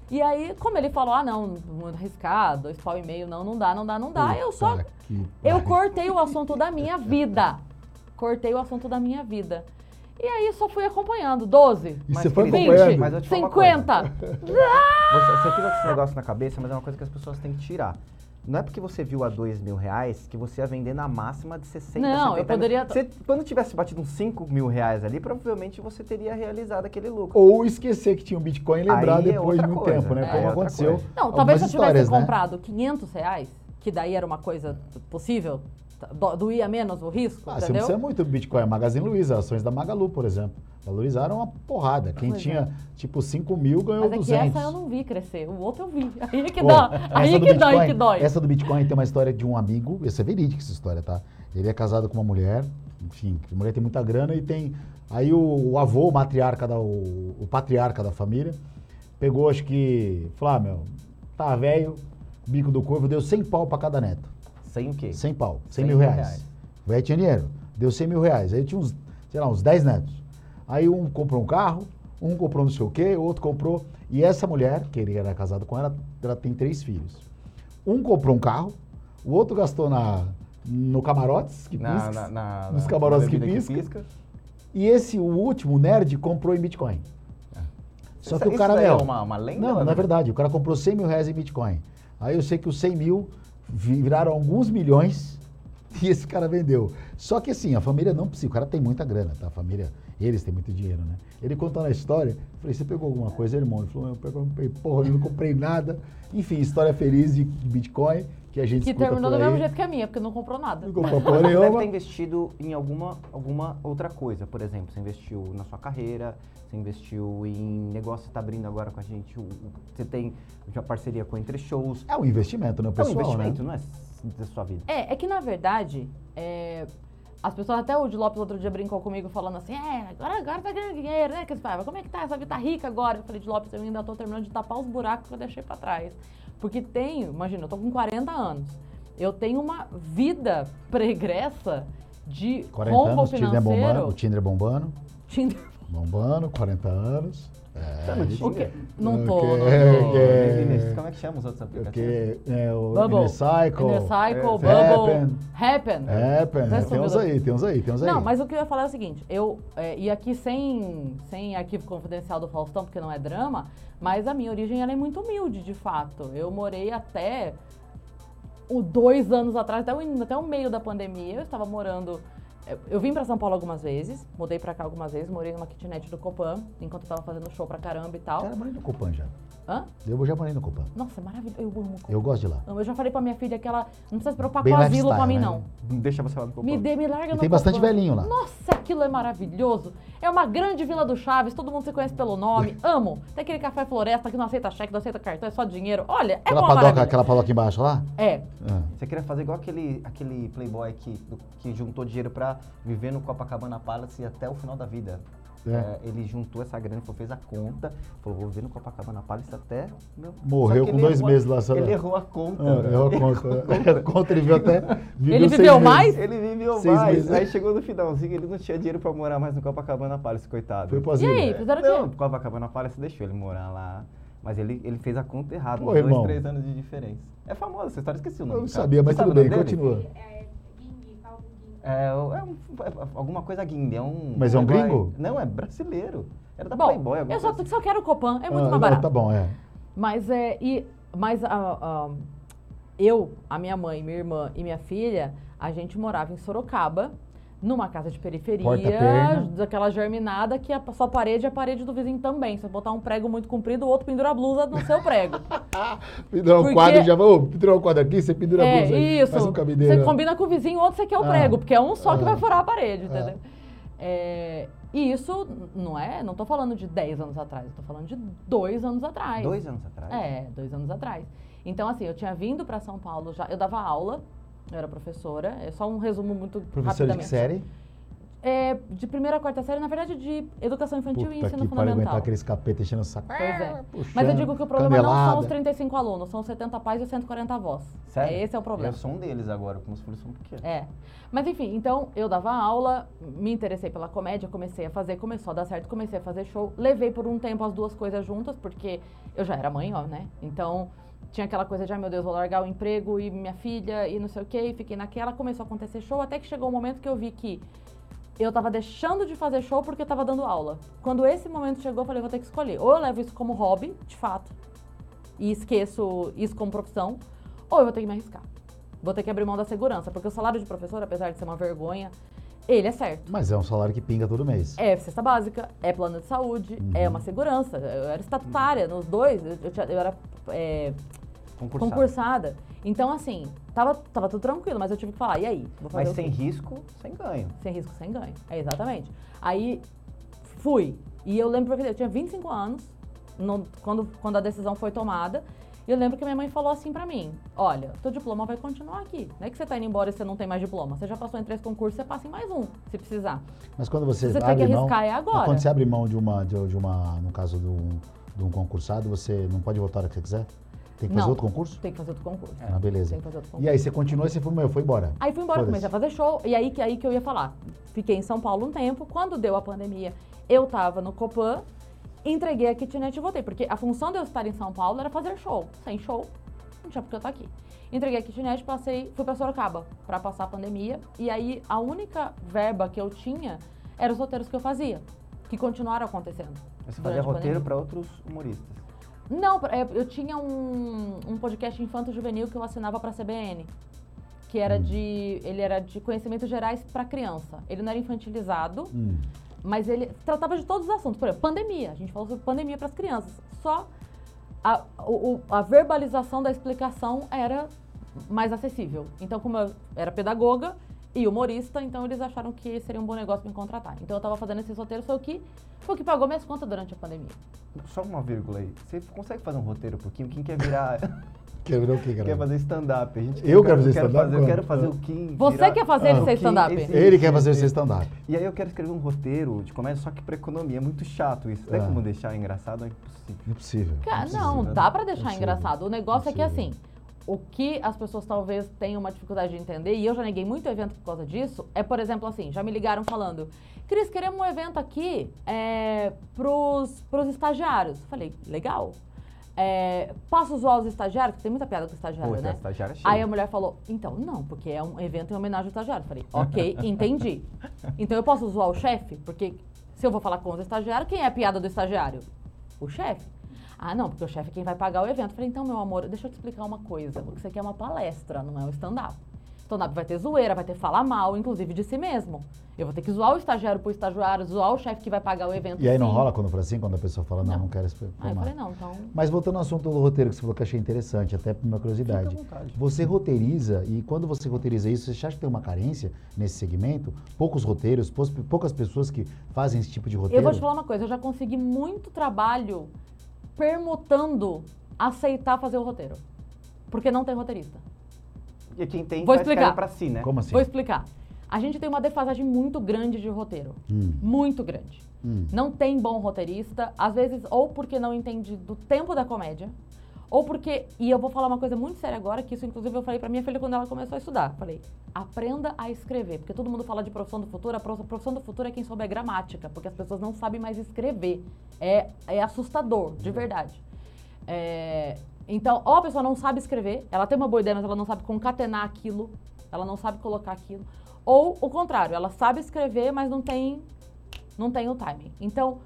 Speaker 3: E aí, como ele falou, ah, não, muito arriscado, dois pau e meio, não, não dá, não dá, não dá, Ah, eu
Speaker 1: Puta
Speaker 3: só.
Speaker 1: que
Speaker 3: Eu
Speaker 1: pariu.
Speaker 3: cortei o assunto da minha vida. Cortei o assunto da minha vida. E aí só fui acompanhando. 12.
Speaker 1: E
Speaker 2: Mas
Speaker 1: você foi
Speaker 2: queria-
Speaker 1: acompanhando.
Speaker 2: Mas eu te falo uma
Speaker 3: 50.
Speaker 2: Você, você fica com esse negócio na cabeça, mas é uma coisa que as pessoas têm que tirar. Não é porque você viu a dois mil reais que você ia vender na máxima de 60,
Speaker 3: Não,
Speaker 2: 70
Speaker 3: eu poderia-
Speaker 2: Mil. Você- quando tivesse batido uns 5 mil reais ali, provavelmente você teria realizado aquele lucro.
Speaker 1: Ou esquecer que tinha um Bitcoin e lembrar
Speaker 2: Aí é
Speaker 1: depois de
Speaker 2: outra
Speaker 1: muito
Speaker 2: coisa.
Speaker 1: tempo, né?
Speaker 2: É, é
Speaker 1: Como
Speaker 2: outra
Speaker 1: aconteceu.
Speaker 2: coisa.
Speaker 3: Não,
Speaker 1: Algumas
Speaker 3: talvez se eu tivesse
Speaker 1: histórias, né?
Speaker 3: comprado 500 reais, que daí era uma coisa possível, do- doía menos o risco,
Speaker 1: Ah, você não
Speaker 3: entendeu?
Speaker 1: precisa muito do Bitcoin. Magazine Luiza, ações da Magalu, por exemplo. Valorizaram uma porrada. Quem
Speaker 3: Pois é.
Speaker 1: tinha, tipo, 5 mil ganhou
Speaker 3: Mas é
Speaker 1: 200.
Speaker 3: que essa eu não vi crescer, o outro eu vi. Aí é que
Speaker 1: Pô,
Speaker 3: dá,
Speaker 1: essa
Speaker 3: aí é
Speaker 1: do
Speaker 3: que dói,
Speaker 1: Bitcoin-
Speaker 3: que dói.
Speaker 1: Essa do Bitcoin tem uma história de um amigo, essa é verídica essa história, tá? Ele é casado com uma mulher, enfim, a mulher tem muita grana e tem. Aí o, o avô, o matriarca, da, o, o patriarca da família, pegou, acho que, falou, ah, meu, tá velho, bico do corvo, deu 100 pau pra cada neto.
Speaker 2: Sem o quê?
Speaker 1: 100 pau, 100,
Speaker 2: 100
Speaker 1: mil
Speaker 2: mil
Speaker 1: reais.
Speaker 2: reais.
Speaker 1: O velho tinha dinheiro, deu 100 mil reais. Aí tinha uns, sei lá, uns 10 netos. Aí um comprou um carro, um comprou não sei o quê, outro comprou. E essa mulher, que ele era casado com ela, ela tem três filhos. Um comprou um carro, o outro gastou na, no camarotes, que pisca.
Speaker 2: na,
Speaker 1: nos camarotes que
Speaker 2: bebida
Speaker 1: pisca. E esse, o último, o nerd, comprou em Bitcoin. Só
Speaker 2: Isso-
Speaker 1: que o
Speaker 2: É. isso
Speaker 1: cara,
Speaker 2: daí
Speaker 1: meu...
Speaker 2: é uma- uma lenda,
Speaker 1: Não,
Speaker 2: mano?
Speaker 1: na verdade, o cara comprou 100 mil reais em Bitcoin. Aí eu sei que os 100 mil viraram alguns milhões e esse cara vendeu. Só que assim, a família não precisa, o cara tem muita grana, tá? A família, eles têm muito dinheiro, né? Ele contando a história, eu falei, você pegou alguma coisa, irmão? Ele falou, eu pego- não peguei porra, eu não comprei nada. Enfim, história feliz de Bitcoin, que a gente
Speaker 3: Que
Speaker 1: escuta
Speaker 3: terminou
Speaker 1: por
Speaker 3: do
Speaker 1: aí.
Speaker 3: mesmo jeito que a minha, porque não comprou nada.
Speaker 1: Não comprou porra nenhuma.
Speaker 2: deve ter investido em alguma, alguma outra coisa. Por exemplo, você investiu na sua carreira, você investiu em negócio que está abrindo agora com a gente. o- o- Você tem uma parceria com a Entre Shows.
Speaker 1: É um investimento, né,
Speaker 2: É um
Speaker 1: pessoal?
Speaker 2: investimento,
Speaker 1: né?
Speaker 2: não é s- da sua vida.
Speaker 3: É, é que na verdade, é, as pessoas, até o de Lopes outro dia brincou comigo falando assim, é, agora, agora tá ganhando dinheiro, né? Que eles falam, como é que tá? Essa vida tá rica agora. Eu falei, de Lopes, eu ainda tô terminando de tapar os buracos que eu deixei pra trás. Porque tem, imagina, eu tô com 40 anos. Eu tenho uma vida pregressa de
Speaker 1: 40
Speaker 3: rombo
Speaker 1: anos, o Tinder é bombando, o
Speaker 3: financeiro.
Speaker 1: Tinder é bombando,
Speaker 3: Tinder.
Speaker 1: bombando, 40 anos. É,
Speaker 2: Tá no Tinder?
Speaker 3: O quê? Não tô,
Speaker 1: Ok.
Speaker 3: não
Speaker 2: Ô,
Speaker 3: tô.
Speaker 1: É.
Speaker 2: Vinícius, Como é que chama os outros aplicativos?
Speaker 1: Porque é, o
Speaker 3: Bubble.
Speaker 1: Inner Cycle.
Speaker 3: Inner Cycle,
Speaker 1: É,
Speaker 3: Bubble, Happen.
Speaker 1: É, pera,
Speaker 3: Tá
Speaker 1: tem uns
Speaker 3: subindo.
Speaker 1: aí, tem uns aí, tem uns aí.
Speaker 3: Não, mas o que eu ia falar é o seguinte, eu, é, e aqui sem, sem arquivo confidencial do Faustão, porque não é drama, mas a minha origem ela é muito humilde, de fato. Eu morei até o dois anos atrás, até o, in- até o meio da pandemia, eu estava morando... eu- Eu vim para São Paulo algumas vezes, mudei para cá algumas vezes, morei numa kitnet do Copan, enquanto eu tava fazendo show pra caramba e tal.
Speaker 1: Cara, eu morei no Copan já.
Speaker 3: Hã?
Speaker 1: Eu já morei no Copan.
Speaker 3: Nossa, é maravilhoso, eu amo o Copan.
Speaker 1: Eu gosto de lá.
Speaker 3: Eu já falei pra minha filha que ela não precisa se preocupar
Speaker 1: Bem
Speaker 3: com asilo pra
Speaker 1: lifestyle,
Speaker 3: mim,
Speaker 1: né?
Speaker 3: não.
Speaker 2: Deixa você um lá no
Speaker 3: Me
Speaker 2: Copom.
Speaker 3: dê, me larga
Speaker 1: E
Speaker 3: no
Speaker 1: tem bastante
Speaker 3: Copan.
Speaker 1: velhinho lá.
Speaker 3: Nossa, aquilo é maravilhoso. É uma grande vila do Chaves, todo mundo se conhece pelo nome. Amo. Tem aquele café floresta que não aceita cheque, não aceita cartão, é só dinheiro. Olha, é
Speaker 1: aquela
Speaker 3: uma
Speaker 1: padoca,
Speaker 3: maravilha.
Speaker 1: aquela padoca embaixo lá?
Speaker 3: É.
Speaker 1: Ah,
Speaker 2: Você queria fazer igual aquele, aquele playboy que, que juntou dinheiro pra viver no Copacabana Palace até o final da vida.
Speaker 1: É.
Speaker 2: É, ele juntou essa grana, falou, fez a conta, falou, vou viver no Copacabana Palace até... meu-
Speaker 1: Morreu
Speaker 2: Só que
Speaker 1: com
Speaker 2: ele
Speaker 1: dois
Speaker 2: errou a-
Speaker 1: meses lá, sei lá.
Speaker 2: Ele errou a conta. né?
Speaker 1: Ah, errou a conta. A conta ele viu até.
Speaker 3: Ele
Speaker 1: seis
Speaker 3: viveu
Speaker 1: meses.
Speaker 3: mais?
Speaker 2: Ele viveu
Speaker 1: Seis
Speaker 2: mais,
Speaker 1: meses.
Speaker 2: aí chegou no finalzinho, ele não tinha dinheiro pra morar mais no Copacabana Palace, coitado.
Speaker 1: Foi pro
Speaker 3: E
Speaker 1: asilo.
Speaker 3: aí, fizeram
Speaker 2: Não,
Speaker 3: o quê?
Speaker 2: o Copacabana Palace deixou ele morar lá, mas ele, ele fez a conta errada,
Speaker 1: Pô,
Speaker 2: uns dois,
Speaker 1: irmão.
Speaker 2: três anos de diferença. É famosa essa história, esqueci o nome
Speaker 1: Eu não
Speaker 2: do cara.
Speaker 1: sabia, mas
Speaker 2: Você sabe
Speaker 1: tudo
Speaker 2: o nome
Speaker 1: bem,
Speaker 2: dele?
Speaker 1: continua.
Speaker 4: É, Guingue, Paulo Guingue.
Speaker 2: É, é um- é alguma coisa guinda, é um...
Speaker 1: Mas é um
Speaker 2: playboy.
Speaker 1: gringo?
Speaker 2: Não, é brasileiro. Era da
Speaker 3: Bom,
Speaker 2: Playboy. é alguma
Speaker 3: eu só,
Speaker 2: coisa
Speaker 3: só quero o Copan, é muito
Speaker 1: Ah,
Speaker 3: mais
Speaker 1: não,
Speaker 3: barato.
Speaker 1: Tá bom, é.
Speaker 3: Mas é. E, mas a, a- eu, a minha mãe, minha irmã e minha filha, a gente morava em Sorocaba, numa casa de periferia,
Speaker 1: Porta-perna.
Speaker 3: daquela germinada que a sua parede é a parede do vizinho também. Se você botar um prego muito comprido, o outro pendura a blusa no seu prego.
Speaker 1: Pendurar um
Speaker 3: Porque-
Speaker 1: quadro já vai. Ô, pendurar um quadro aqui, você pendura a blusa. aí,
Speaker 3: É, isso.
Speaker 1: Faz um
Speaker 3: você
Speaker 1: cabideiro.
Speaker 3: combina com o vizinho, outro você quer o
Speaker 1: Ah.
Speaker 3: prego, porque é um só que
Speaker 1: Ah.
Speaker 3: vai furar a parede,
Speaker 1: Ah.
Speaker 3: entendeu? É, e isso n- não é, não tô falando de 10 anos atrás, eu tô falando de dois anos atrás.
Speaker 2: Dois anos atrás.
Speaker 3: É, dois anos atrás. Então, assim, eu tinha vindo para São Paulo já, eu dava aula, eu era professora, é só um resumo muito
Speaker 1: Professor de que
Speaker 3: rapidamente.
Speaker 1: série?
Speaker 3: É, de primeira a quarta série, na verdade, de educação infantil e
Speaker 1: Puta
Speaker 3: ensino
Speaker 1: que pariu,
Speaker 3: fundamental.
Speaker 1: aguentar aqueles capeta enchendo o saco.
Speaker 3: Pois é.
Speaker 1: Puxando,
Speaker 3: Mas eu digo que o problema não são
Speaker 1: canelada.
Speaker 3: os 35 alunos, são os 70 pais e os 140 avós.
Speaker 2: Sério?
Speaker 3: É, esse é o problema.
Speaker 2: Eu sou um deles agora, porque meus filhos são pequenos.
Speaker 3: É. Mas enfim, então eu dava aula, me interessei pela comédia, comecei a fazer, começou a dar certo, comecei a fazer show. Levei por um tempo as duas coisas juntas, porque eu já era mãe, ó, né? Então tinha aquela coisa de, ai meu Deus, vou largar o emprego e minha filha e não sei o quê, e fiquei naquela. Começou a acontecer show, até que chegou um momento que eu vi que eu tava deixando de fazer show porque eu tava dando aula. Quando esse momento chegou, eu falei, vou ter que escolher. Ou eu levo isso como hobby, de fato, e esqueço isso como profissão, ou eu vou ter que me arriscar. Vou ter que abrir mão da segurança, porque o salário de professor, apesar de ser uma vergonha, ele é certo.
Speaker 1: Mas é um salário que pinga todo mês.
Speaker 3: É cesta básica, é plano de saúde, é uma segurança. Eu era estatutária nos dois, eu, eu tinha- eu era é,
Speaker 2: Concursado.
Speaker 3: concursada. Então, assim, tava, tava tudo tranquilo, mas eu tive que falar, e aí? Vou fazer
Speaker 2: Mas
Speaker 3: o quê?
Speaker 2: sem risco, sem ganho.
Speaker 3: Sem risco, sem ganho. É, exatamente. Aí fui. E eu lembro, porque eu tinha 25 anos no- quando, quando a decisão foi tomada. E eu lembro que minha mãe falou assim pra mim: Olha, teu diploma vai continuar aqui. Não é que você tá indo embora e você não tem mais diploma. Você já passou em três concursos, você passa em mais um, se precisar.
Speaker 1: Mas quando você,
Speaker 3: Se você tem
Speaker 1: abre
Speaker 3: que
Speaker 1: mão,
Speaker 3: arriscar, é agora.
Speaker 1: Quando você abre mão de uma, de, de uma no caso de um, de um concursado, você não pode voltar a hora que você quiser? Tem que fazer
Speaker 3: Não.
Speaker 1: outro concurso?
Speaker 3: Tem que fazer outro concurso.
Speaker 1: Ah, beleza.
Speaker 3: Tem que fazer outro concurso.
Speaker 1: E aí você continua e você foi, meu, foi embora.
Speaker 3: Aí fui embora,
Speaker 1: Foda-se.
Speaker 3: comecei a fazer show, e aí que, aí que eu ia falar. Fiquei em São Paulo um tempo, quando deu a pandemia, eu tava no Copan, entreguei a kitnet e voltei, porque a função de eu estar em São Paulo era fazer show. Sem show, não tinha porque eu estar aqui. Entreguei a kitnet, passei, fui pra Sorocaba pra passar a pandemia, e aí a única verba que eu tinha eram os roteiros que eu fazia, que continuaram acontecendo.
Speaker 2: Mas você
Speaker 3: Durante
Speaker 2: fazia
Speaker 3: a
Speaker 2: roteiro
Speaker 3: pandemia.
Speaker 2: para outros humoristas.
Speaker 3: Não, é, eu tinha um, um podcast infanto-juvenil que eu assinava pra CBN. Que era de. Ele era de conhecimentos gerais pra criança. Ele não era infantilizado,
Speaker 1: Hum.
Speaker 3: mas ele tratava de todos os assuntos. Por exemplo, pandemia. A gente falou sobre pandemia pras crianças. Só a, o- o- a verbalização da explicação era mais acessível. Então, como eu era pedagoga e humorista, então eles acharam que seria um bom negócio me contratar. Então eu tava fazendo esse roteiro, foi o que, foi o que pagou minhas contas durante a pandemia.
Speaker 2: Só uma vírgula aí. Você consegue fazer um roteiro um pouquinho? Quem quer virar.
Speaker 1: Quer virar o quê, cara?
Speaker 2: quer fazer stand-up? A gente
Speaker 1: Eu quero
Speaker 2: quero
Speaker 1: fazer
Speaker 2: quero
Speaker 1: stand-up?
Speaker 2: fazer- Eu quero fazer o Kim.
Speaker 3: Você
Speaker 2: virar- Ah,
Speaker 3: quer fazer ele
Speaker 2: o
Speaker 3: ser
Speaker 2: Kim
Speaker 3: stand-up?
Speaker 2: existe,
Speaker 1: Ele quer fazer esse
Speaker 2: existe.
Speaker 1: stand-up.
Speaker 2: E aí eu quero escrever um roteiro de comédia, só que pra economia. É muito chato isso. Tem
Speaker 1: É.
Speaker 2: como deixar engraçado? É impossível.
Speaker 1: Impossível.
Speaker 3: Cara,
Speaker 1: impossível.
Speaker 3: não,
Speaker 2: né?
Speaker 3: dá pra deixar
Speaker 1: Possível.
Speaker 3: engraçado. O negócio é que
Speaker 1: Possível.
Speaker 3: assim, o que as pessoas talvez tenham uma dificuldade de entender, e eu já neguei muito evento por causa disso, é, por exemplo, assim, já me ligaram falando, Cris, queremos um evento aqui é, pros, pros estagiários. Falei, legal. É, posso zoar os estagiários? Porque tem muita piada com estagiário,
Speaker 2: Pô,
Speaker 3: né?
Speaker 2: essa estagiária é
Speaker 3: Aí a
Speaker 2: cheia.
Speaker 3: mulher falou, então, não, porque é um evento em homenagem ao estagiário. Falei, ok, entendi. Então eu posso zoar o chefe? Porque se eu vou falar com os estagiários, quem é a piada do estagiário? O chefe. Ah, não, porque o chefe é quem vai pagar o evento. Falei, então, meu amor, deixa eu te explicar uma coisa. O que você quer é uma palestra, não é um stand-up. Stand-up vai ter zoeira, vai ter falar mal, inclusive de si mesmo. Eu vou ter que zoar o estagiário pro estagiário, zoar o chefe que vai pagar o evento.
Speaker 1: E aí não
Speaker 3: sim.
Speaker 1: rola quando fala assim, quando a pessoa fala, não,
Speaker 3: Não.
Speaker 1: não, quero esse
Speaker 3: Aí eu falei,
Speaker 1: formato.
Speaker 3: não, então.
Speaker 1: Mas voltando ao assunto do roteiro que você falou que eu achei interessante, até por minha curiosidade.
Speaker 2: Fica à vontade.
Speaker 1: Você roteiriza, e quando você roteiriza isso, você acha que tem uma carência nesse segmento? Poucos roteiros, pous- poucas pessoas que fazem esse tipo de roteiro?
Speaker 3: Eu vou te falar uma coisa, eu já consegui muito trabalho permutando aceitar fazer o roteiro. Porque não tem roteirista.
Speaker 2: E quem tem
Speaker 3: Vou
Speaker 2: faz cara
Speaker 3: explicar.
Speaker 2: pra si, né?
Speaker 1: Como assim?
Speaker 3: Vou explicar. A gente tem uma defasagem muito grande de roteiro.
Speaker 1: Hum,
Speaker 3: Muito grande.
Speaker 1: hum.
Speaker 3: Não tem bom roteirista, às vezes ou porque não entende do tempo da comédia, ou porque, e eu vou falar uma coisa muito séria agora, que isso inclusive eu falei pra minha filha quando ela começou a estudar. Falei, aprenda a escrever, porque todo mundo fala de profissão do futuro, a prof- profissão do futuro é quem souber gramática, porque as pessoas não sabem mais escrever. É, é assustador, de verdade. É, então, ou a pessoa não sabe escrever, ela tem uma boa ideia, mas ela não sabe concatenar aquilo, ela não sabe colocar aquilo. Ou o contrário, ela sabe escrever, mas não tem não tenho timing. Então,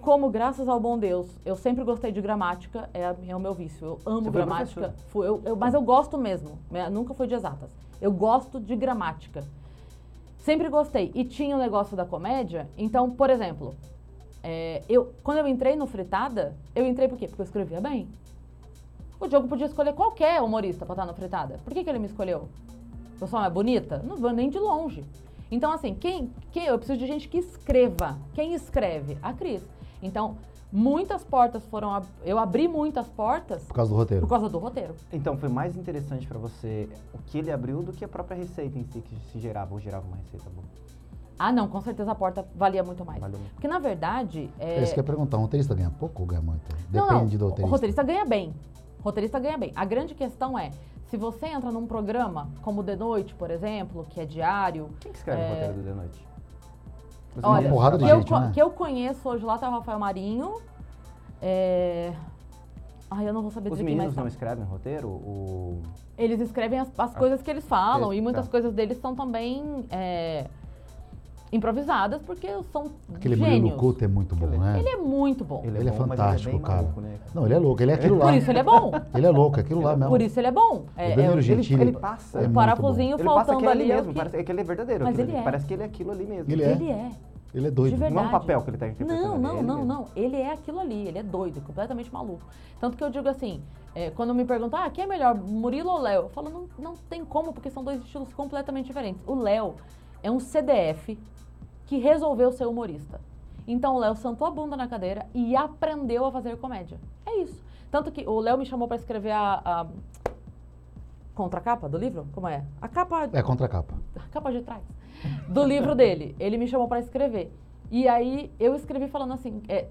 Speaker 3: como graças ao bom Deus, eu sempre gostei de gramática, é, a- é o meu vício. Eu amo
Speaker 2: Você foi
Speaker 3: gramática.
Speaker 2: professora?
Speaker 3: Fui- eu- eu- mas eu gosto mesmo. né? Nunca fui de exatas. Eu gosto de gramática. Sempre gostei. E tinha o negócio da comédia. Então, por exemplo, é, eu, quando eu entrei no Fritada, eu entrei por quê? Porque eu escrevia bem. O Diogo podia escolher qualquer humorista pra estar no Fritada. Por que, que ele me escolheu? Eu sou mais bonita? Não vou nem de longe. Então, assim, quem, quem. Eu preciso de gente que escreva. Quem escreve? A Cris. Então, muitas portas foram. ab- Eu abri muitas portas
Speaker 1: Por causa do roteiro.
Speaker 3: por causa do roteiro.
Speaker 1: assim?
Speaker 2: Então, foi mais interessante pra você o que ele abriu do que a própria receita em si, que se gerava ou gerava uma receita boa.
Speaker 3: Ah, não, com certeza a porta valia muito mais.
Speaker 2: Valeu muito.
Speaker 3: Porque, na verdade.
Speaker 1: É
Speaker 3: É...
Speaker 1: isso que eu ia perguntar, um roteirista ganha pouco ou ganha muito? Depende
Speaker 3: Não, não,
Speaker 1: do roteirista.
Speaker 3: O roteirista é ganha bem. O roteirista ganha bem. A grande questão é. Se você entra num programa como o The Noite, por exemplo, que é diário,
Speaker 2: Quem que escreve
Speaker 3: É.
Speaker 2: o roteiro do The Noite? Você
Speaker 3: Olha,
Speaker 2: não
Speaker 1: porrada de
Speaker 3: que, eu,
Speaker 1: gente,
Speaker 3: co-
Speaker 1: né?
Speaker 3: que eu conheço hoje lá tá o Rafael Marinho. É... Ai, eu não vou saber
Speaker 2: Os
Speaker 3: dizer quem mais
Speaker 2: meninos
Speaker 3: tá.
Speaker 2: não escrevem roteiro? O...
Speaker 3: Eles escrevem as, as coisas que eles falam
Speaker 2: Texto,
Speaker 3: e muitas
Speaker 2: tá.
Speaker 3: coisas deles são também é, improvisadas porque são
Speaker 1: Aquele Murilo
Speaker 3: gênios.
Speaker 1: Couto é muito bom, né?
Speaker 3: Ele é muito bom.
Speaker 1: Ele é
Speaker 2: bom, mas
Speaker 1: fantástico,
Speaker 2: ele é bem
Speaker 1: cara.
Speaker 2: Maluco, né?
Speaker 1: Não, ele é louco, ele é aquilo lá.
Speaker 3: Por isso ele é bom.
Speaker 1: Ele é louco, é aquilo lá mesmo.
Speaker 3: Por isso ele é bom. É,
Speaker 1: O
Speaker 3: é
Speaker 1: Danilo
Speaker 3: o-
Speaker 1: Gentili
Speaker 2: ele passa.
Speaker 1: é
Speaker 3: o
Speaker 1: muito bom.
Speaker 3: um parafusinho
Speaker 2: Ele passa que
Speaker 3: faltando
Speaker 2: é
Speaker 3: ali.
Speaker 2: ele
Speaker 3: é o
Speaker 2: mesmo,
Speaker 3: que-
Speaker 2: parece é que ele é verdadeiro.
Speaker 3: Mas
Speaker 2: aquilo
Speaker 3: ele
Speaker 2: ali.
Speaker 3: é.
Speaker 2: Parece que ele é aquilo ali mesmo.
Speaker 1: Ele é.
Speaker 3: Ele é.
Speaker 1: Ele é doido.
Speaker 3: De verdade.
Speaker 2: Não é um papel que ele tá interpretando.
Speaker 3: Não,
Speaker 2: ele é
Speaker 3: não,
Speaker 2: ele
Speaker 3: não,
Speaker 2: mesmo.
Speaker 3: não. Ele é aquilo ali, ele é doido, completamente maluco. Tanto que eu digo assim, é, quando me perguntam, ah, quem é melhor, Murilo ou Léo? Eu falo, não, não tem como, porque são dois estilos completamente diferentes. O Léo é um CDF que resolveu ser humorista. Então o Léo sentou a bunda na cadeira e aprendeu a fazer comédia. É isso. Tanto que o Léo me chamou pra escrever a, a contracapa do livro? Como é? A capa
Speaker 1: É contra a capa.
Speaker 3: a capa de trás, do livro dele. Ele me chamou para escrever. E aí eu escrevi falando assim: é,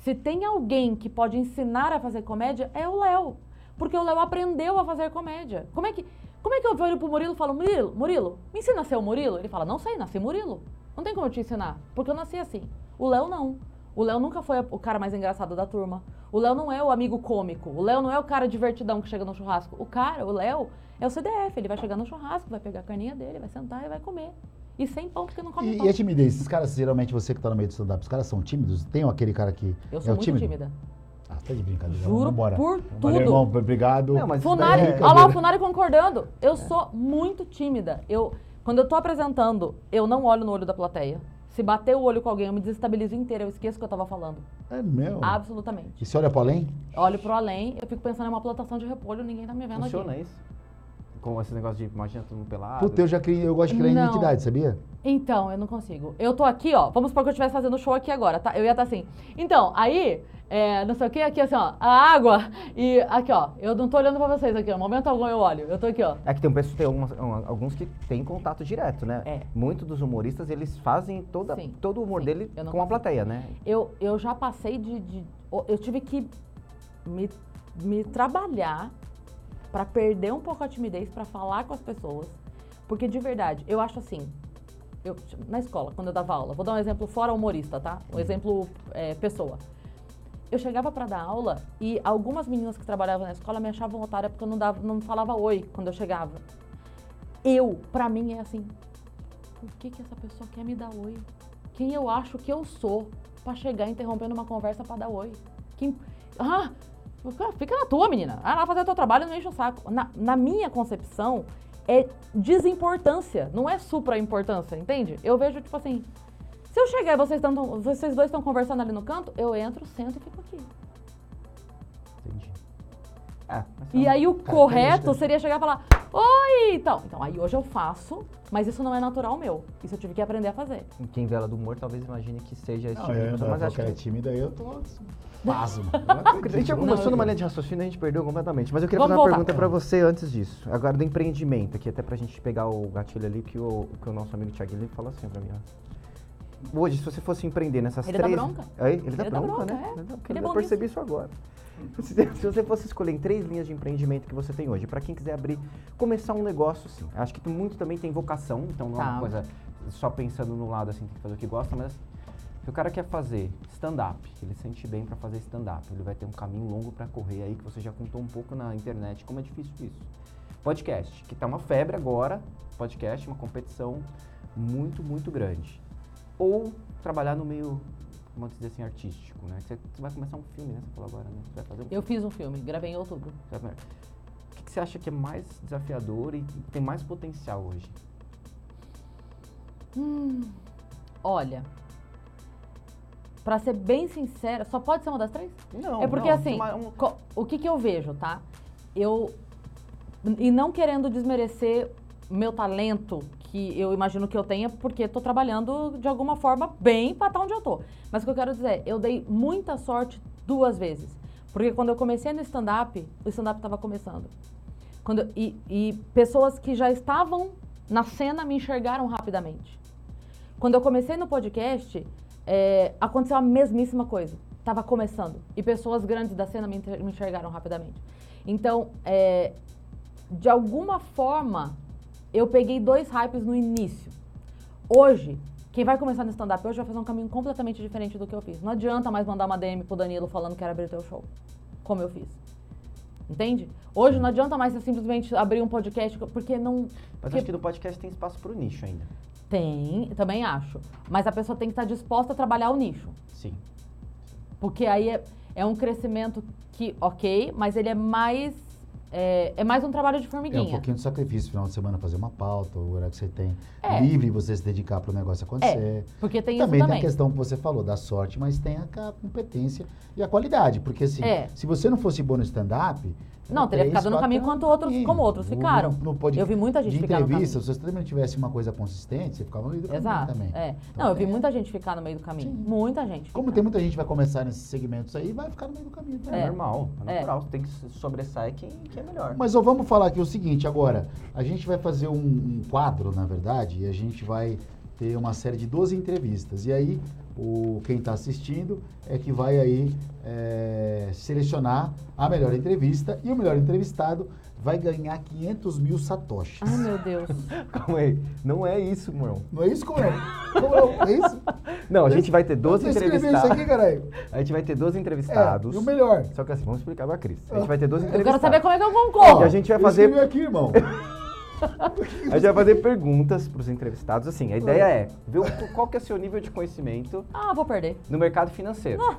Speaker 3: se tem alguém que pode ensinar a fazer comédia, é o Léo. Porque o Léo aprendeu a fazer comédia. Como é que, como é que eu olho pro Murilo e falo, Murilo, Murilo, me ensina a ser o Murilo? Ele fala, não sei, nasci Murilo. Não tem como eu te ensinar, porque eu nasci assim. O Léo não. O Léo nunca foi o cara mais engraçado da turma. O Léo não é o amigo cômico. O Léo não é o cara divertidão que chega no churrasco. O cara, o Léo, é o CDF. Ele vai chegar no churrasco, vai pegar a carninha dele, vai sentar e vai comer. E sem pão, porque não come
Speaker 1: E, é
Speaker 3: pão.
Speaker 1: e a timidez? Esses caras, geralmente você que tá no meio do stand-up, os caras são tímidos? Tem aquele cara que.
Speaker 3: Eu
Speaker 1: é
Speaker 3: sou
Speaker 1: o
Speaker 3: muito
Speaker 1: tímido?
Speaker 3: tímida.
Speaker 1: Ah, tá de brincadeira.
Speaker 3: Juro
Speaker 1: Vambora.
Speaker 3: por
Speaker 1: Valeu,
Speaker 3: tudo.
Speaker 1: irmão. Obrigado.
Speaker 2: Não, mas isso
Speaker 3: Funari,
Speaker 2: daí é-
Speaker 3: olha lá o Funari concordando.
Speaker 1: É.
Speaker 3: Eu sou muito tímida. Eu, quando eu tô apresentando, eu não olho no olho da plateia. Se bater o olho com alguém, eu me desestabilizo inteira, eu esqueço o que eu tava falando.
Speaker 1: É meu.
Speaker 3: Ah, Absolutamente.
Speaker 1: E você olha pra além?
Speaker 3: Olho pro além, eu fico pensando, é uma plantação de repolho, ninguém tá me vendo
Speaker 2: Funciona
Speaker 3: aqui.
Speaker 2: isso? Com esse negócio de imagina todo mundo pelado.
Speaker 1: Puta, eu já criei, eu gosto de criar
Speaker 3: Não.
Speaker 1: identidade, sabia?
Speaker 3: Então, eu não consigo. Eu tô aqui, ó. Vamos supor que eu estivesse fazendo show aqui agora, tá? Eu ia estar assim. Então, aí, é, não sei o que, aqui assim, ó, a água. E aqui, ó. Eu não tô olhando pra vocês aqui, ó. Momento algum eu olho. Eu tô aqui, ó.
Speaker 2: É que tem, um, pessoal- tem algumas- um, alguns que têm contato direto, né?
Speaker 3: É.
Speaker 2: Muitos dos humoristas, eles fazem toda,
Speaker 3: Sim,
Speaker 2: todo o humor
Speaker 3: sim.
Speaker 2: dele
Speaker 3: Eu não
Speaker 2: com a
Speaker 3: consigo.
Speaker 2: plateia, né?
Speaker 3: Eu, eu já passei de, de- Eu tive que me, me trabalhar pra perder um pouco a timidez, pra falar com as pessoas. Porque de verdade, eu acho assim. Eu, na escola, quando eu dava aula, vou dar um exemplo fora humorista, tá? Um exemplo é, pessoa. Eu chegava pra dar aula e algumas meninas que trabalhavam na escola me achavam otária porque eu não, dava, não falava oi quando eu chegava. Eu, pra mim, é assim. Por que, que essa pessoa quer me dar oi? Quem eu acho que eu sou pra chegar interrompendo uma conversa pra dar oi? Quem... Ah, fica- fica na tua, menina. Vai lá fazer o teu trabalho e não enche o saco. Na, na minha concepção, é desimportância, não é supra-importância, entende? Eu vejo, tipo assim, se eu chegar e vocês, tão, vocês dois estão conversando ali no canto, eu entro, sento e fico aqui.
Speaker 2: Entendi. É, mas
Speaker 3: E
Speaker 2: é um-
Speaker 3: aí o correto
Speaker 1: característica.
Speaker 3: seria chegar e falar, oi, então. Então aí hoje eu faço, mas isso não é natural meu. Isso eu tive que aprender a fazer.
Speaker 2: Quem vela do humor talvez imagine que seja esse tipo
Speaker 1: eu,
Speaker 2: de
Speaker 1: eu,
Speaker 2: pessoa, mas acho
Speaker 1: que ela é
Speaker 2: que...
Speaker 1: tímida, eu tô. Pasmo. né?
Speaker 2: A gente já começou numa linha de raciocínio e a gente perdeu completamente. Mas eu queria
Speaker 3: Vamos
Speaker 2: fazer uma
Speaker 3: voltar.
Speaker 2: pergunta pra você antes disso. Agora do empreendimento, aqui até pra gente pegar o gatilho ali que o, que o nosso amigo Thiago ele falou assim pra mim. ó. Hoje, se você fosse empreender nessas
Speaker 3: Ele dá
Speaker 2: três...
Speaker 3: bronca.
Speaker 2: Aí, ele, dá
Speaker 3: Ele dá
Speaker 2: bronca,
Speaker 3: bronca,
Speaker 2: né?
Speaker 3: é.
Speaker 2: Ele dá bronca.
Speaker 3: Ele é
Speaker 2: eu
Speaker 3: bom
Speaker 2: percebi isso agora. Se, se você fosse escolher em três linhas de empreendimento que você tem hoje, pra quem quiser abrir, começar um negócio, sim. Acho que tem muito também tem vocação, então não é uma
Speaker 3: Tá.
Speaker 2: coisa só pensando no lado assim, tem que fazer o que gosta, mas se o cara quer fazer stand-up, ele sente bem pra fazer stand-up, ele vai ter um caminho longo pra correr aí, que você já contou um pouco na internet, como é difícil isso. Podcast, que tá uma febre agora, podcast, uma competição muito, muito grande. Ou trabalhar no meio, vamos dizer assim, artístico, né? Você, você vai começar um filme, né? Você falou agora, né? Você vai fazer um
Speaker 3: Eu fiz um filme, gravei em outubro.
Speaker 2: Sabe, Mar- O que, que você acha que é mais desafiador e que tem mais potencial hoje?
Speaker 3: Hum, Olha, pra ser bem sincera, só pode ser uma das três?
Speaker 2: Não, um
Speaker 3: é porque assim,
Speaker 1: um,
Speaker 3: co- o que que eu vejo, tá? Eu e não querendo desmerecer meu talento que eu imagino que eu tenha, porque tô trabalhando de alguma forma bem pra estar onde eu tô. Mas o que eu quero dizer, é, eu dei muita sorte duas vezes. Porque quando eu comecei no stand-up, o stand-up tava começando. Quando, eu- e, e pessoas que já estavam na cena me enxergaram rapidamente. Quando eu comecei no podcast, é, aconteceu a mesmíssima coisa. Tava começando. E pessoas grandes da cena me, inter- me enxergaram rapidamente. Então, é, de alguma forma, eu peguei dois hypes no início. Hoje, quem vai começar no stand-up hoje vai fazer um caminho completamente diferente do que eu fiz. Não adianta mais mandar uma DM pro Danilo falando que era abrir o teu show. Como eu fiz. Entende? Hoje não adianta mais você simplesmente abrir um podcast, porque não.
Speaker 2: Mas
Speaker 3: porque-
Speaker 2: acho que no podcast tem espaço pro nicho ainda.
Speaker 3: tem, eu também acho. Mas a pessoa tem que estar disposta a trabalhar o nicho.
Speaker 2: Sim.
Speaker 3: Porque aí é, é um crescimento que, ok, mas ele é mais. É, é mais um trabalho de
Speaker 1: É um
Speaker 3: formiguinha.
Speaker 1: pouquinho de sacrifício, final de semana fazer uma pauta, o horário que você tem
Speaker 3: É.
Speaker 1: livre, você se dedicar para o negócio acontecer.
Speaker 3: porque tem
Speaker 1: também
Speaker 3: isso
Speaker 1: tem a
Speaker 3: também.
Speaker 1: questão que você falou da sorte, mas tem a ca- competência e a qualidade, porque assim,
Speaker 3: É.
Speaker 1: se você não fosse bom no stand-up,
Speaker 3: Não, teria
Speaker 1: três,
Speaker 3: ficado no
Speaker 1: quatro
Speaker 3: caminho
Speaker 1: anos
Speaker 3: quanto outros-
Speaker 1: ali.
Speaker 3: como outros
Speaker 1: No-
Speaker 3: ficaram.
Speaker 1: No, no podcast
Speaker 3: Eu vi muita gente
Speaker 1: de
Speaker 3: ficar no
Speaker 1: entrevista, se você também não tivesse uma coisa consistente, você ficava no meio do caminho
Speaker 3: Exato.
Speaker 1: também.
Speaker 3: É.
Speaker 1: Então,
Speaker 3: Não, eu vi
Speaker 1: é.
Speaker 3: muita gente ficar no meio do caminho.
Speaker 1: Sim.
Speaker 3: Muita gente.
Speaker 1: Como tem muita gente que vai começar nesses segmentos aí, vai ficar no meio do caminho também.
Speaker 2: É, normal, é
Speaker 3: É.
Speaker 2: natural. Tem que se sobressair quem, quem é melhor.
Speaker 1: Mas ó, vamos falar aqui o seguinte agora. A gente vai fazer um, um quadro, na verdade, e a gente vai ter uma série de 12 entrevistas. E aí, o, quem está assistindo é que vai aí é, selecionar a melhor entrevista e o melhor entrevistado vai ganhar 500 mil
Speaker 2: Ah.
Speaker 1: satoshis.
Speaker 3: Ai, meu Deus.
Speaker 2: Calma aí. Não é isso, Morão.
Speaker 1: Não é isso, como é? Como é? é isso?
Speaker 2: Não, a gente vai ter 12
Speaker 1: Eu tô escrevendo isso aqui,
Speaker 2: entrevistados.
Speaker 1: caralho.
Speaker 2: A gente vai ter 12 entrevistados.
Speaker 1: É, e o Ah. melhor.
Speaker 2: Só que assim, vamos explicar pra Cris. A gente vai ter 12
Speaker 3: Eu
Speaker 2: entrevistados.
Speaker 3: quero saber como é que eu
Speaker 1: Ó,
Speaker 3: concordo.
Speaker 2: E a gente vai
Speaker 1: eu
Speaker 2: fazer-
Speaker 1: escrevi aqui, irmão.
Speaker 2: A gente vai fazer perguntas para os entrevistados. Assim, a
Speaker 1: Ah.
Speaker 2: ideia é ver o- qual que é o seu nível de conhecimento
Speaker 3: Ah, vou perder.
Speaker 1: Tá
Speaker 2: no mercado financeiro.
Speaker 3: Ah.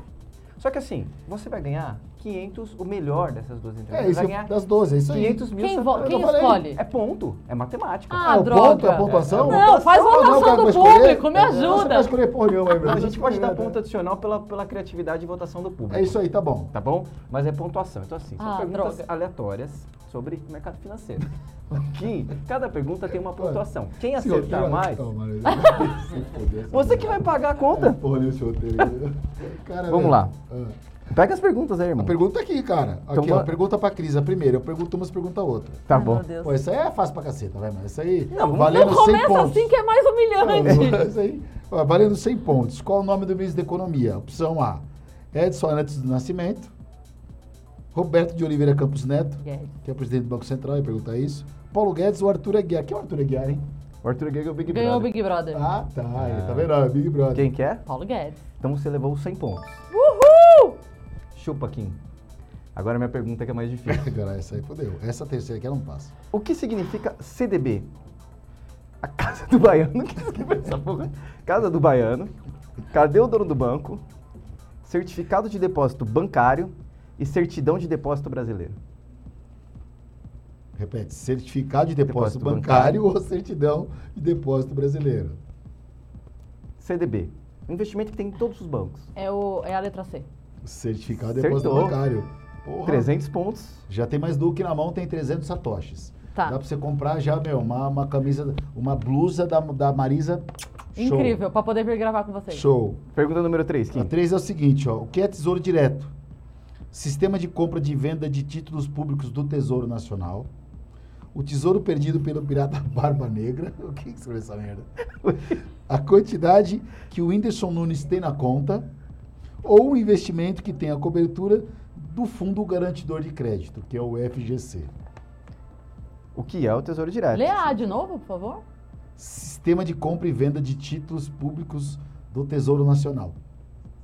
Speaker 2: Só que assim, você vai ganhar 500, o melhor dessas duas entrevistas.
Speaker 1: É isso,
Speaker 2: vai ganhar
Speaker 1: das 12, é isso aí.
Speaker 2: 500 mil.
Speaker 3: Quem,
Speaker 2: você-
Speaker 3: vo-
Speaker 1: eu
Speaker 3: quem
Speaker 1: falei.
Speaker 3: escolhe?
Speaker 2: É ponto, é matemática.
Speaker 3: Ah,
Speaker 1: o
Speaker 3: droga.
Speaker 1: ponto, a pontuação?
Speaker 3: Não, faz
Speaker 1: Ah, não,
Speaker 3: votação
Speaker 1: cara,
Speaker 3: do
Speaker 1: pra escolher?
Speaker 3: público, me
Speaker 1: Nossa, pra
Speaker 3: ajuda.
Speaker 1: escolher porra nenhuma, hein, meu?
Speaker 2: a gente pode dar
Speaker 1: Escolher,
Speaker 2: ponto adicional pela, pela criatividade e votação do público.
Speaker 1: né? É isso aí, tá bom.
Speaker 2: Tá bom? Mas é pontuação. Então, assim, são
Speaker 3: Ah,
Speaker 2: perguntas
Speaker 3: droga.
Speaker 2: aleatórias sobre o mercado financeiro. Aqui, cada pergunta tem uma pontuação. Quem
Speaker 1: Senhor, tá, então,
Speaker 2: acertar
Speaker 1: que-
Speaker 2: mais,
Speaker 1: Não, mano, eu- se foder, essa
Speaker 2: você que
Speaker 1: merda.
Speaker 2: vai pagar a conta.
Speaker 1: Porra nenhuma esse roteiro. Cara,
Speaker 2: tá Vamos
Speaker 1: velho.
Speaker 2: lá.
Speaker 1: Ah.
Speaker 2: Pega as perguntas aí,
Speaker 1: A
Speaker 2: irmão.
Speaker 1: pergunta aqui, cara.
Speaker 2: Então,
Speaker 1: Aqui, ó.
Speaker 2: bora.
Speaker 1: Pergunta pra Cris, a primeira. Eu pergunto uma, você pergunta a outra.
Speaker 2: Tá
Speaker 3: Ai,
Speaker 2: bom.
Speaker 3: Meu Deus.
Speaker 1: Pô, isso aí é fácil pra caceta, vai, mano. Isso aí,
Speaker 2: Não, não
Speaker 1: valendo
Speaker 3: Não
Speaker 1: 100
Speaker 3: começa
Speaker 1: pontos.
Speaker 3: assim que é mais humilhante.
Speaker 1: Isso aí, ó, valendo 100 pontos. Qual o nome do ministro da Economia? Opção A, Edson Arantes do Nascimento. Roberto de Oliveira Campos Neto,
Speaker 3: Guedes.
Speaker 1: que é o presidente do Banco Central, ia perguntar isso. Paulo Guedes ou Arthur Aguiar? Quem é o Arthur Aguiar, hein?
Speaker 2: O Arthur Guegue é o Big
Speaker 3: Ganhou o
Speaker 2: Brother.
Speaker 3: Big Brother.
Speaker 1: Ah, tá. Ele tá vendo? ó, Big Brother.
Speaker 2: Quem quer?
Speaker 3: Paulo Guedes.
Speaker 2: Então você levou os 100 pontos.
Speaker 3: Uhul!
Speaker 2: Chupa, Kim. Agora minha pergunta que é mais difícil.
Speaker 1: Cara, essa aí fodeu. Essa terceira aqui ela não passa.
Speaker 2: O que significa CDB? A Casa do Baiano, que escreveu essa porra? Casa do Baiano. Cadê o dono do banco? Certificado de depósito bancário e certidão de depósito brasileiro.
Speaker 1: Repete, certificado de depósito,
Speaker 2: Depósito
Speaker 1: bancário, ou certidão de depósito brasileiro.
Speaker 2: CDB. Um investimento que tem em todos os bancos.
Speaker 3: É, o, é a letra C.
Speaker 1: Certificado de depósito
Speaker 2: Acertou.
Speaker 1: bancário. Porra.
Speaker 2: 300 pontos.
Speaker 1: Já tem mais do que na mão, tem 300 satoshis.
Speaker 3: Tá.
Speaker 1: Dá pra você comprar já, meu, uma, uma camisa, uma blusa da, da Marisa. Show.
Speaker 3: Incrível, pra poder vir gravar com vocês.
Speaker 1: Show.
Speaker 2: Pergunta número 3,
Speaker 1: A
Speaker 2: Kim.
Speaker 1: 3 é o seguinte, ó. O que é Tesouro Direto? Sistema de compra e de venda de títulos públicos do Tesouro Nacional. O tesouro perdido pelo pirata Barba Negra. O que que escreveu essa merda? A quantidade que o Whindersson Nunes tem na conta. Ou o investimento que tem a cobertura do Fundo Garantidor de Crédito, que é o FGC.
Speaker 2: O que é o Tesouro Direto?
Speaker 3: Lê a A de novo, por favor.
Speaker 1: Sistema de compra e venda de títulos públicos do Tesouro Nacional.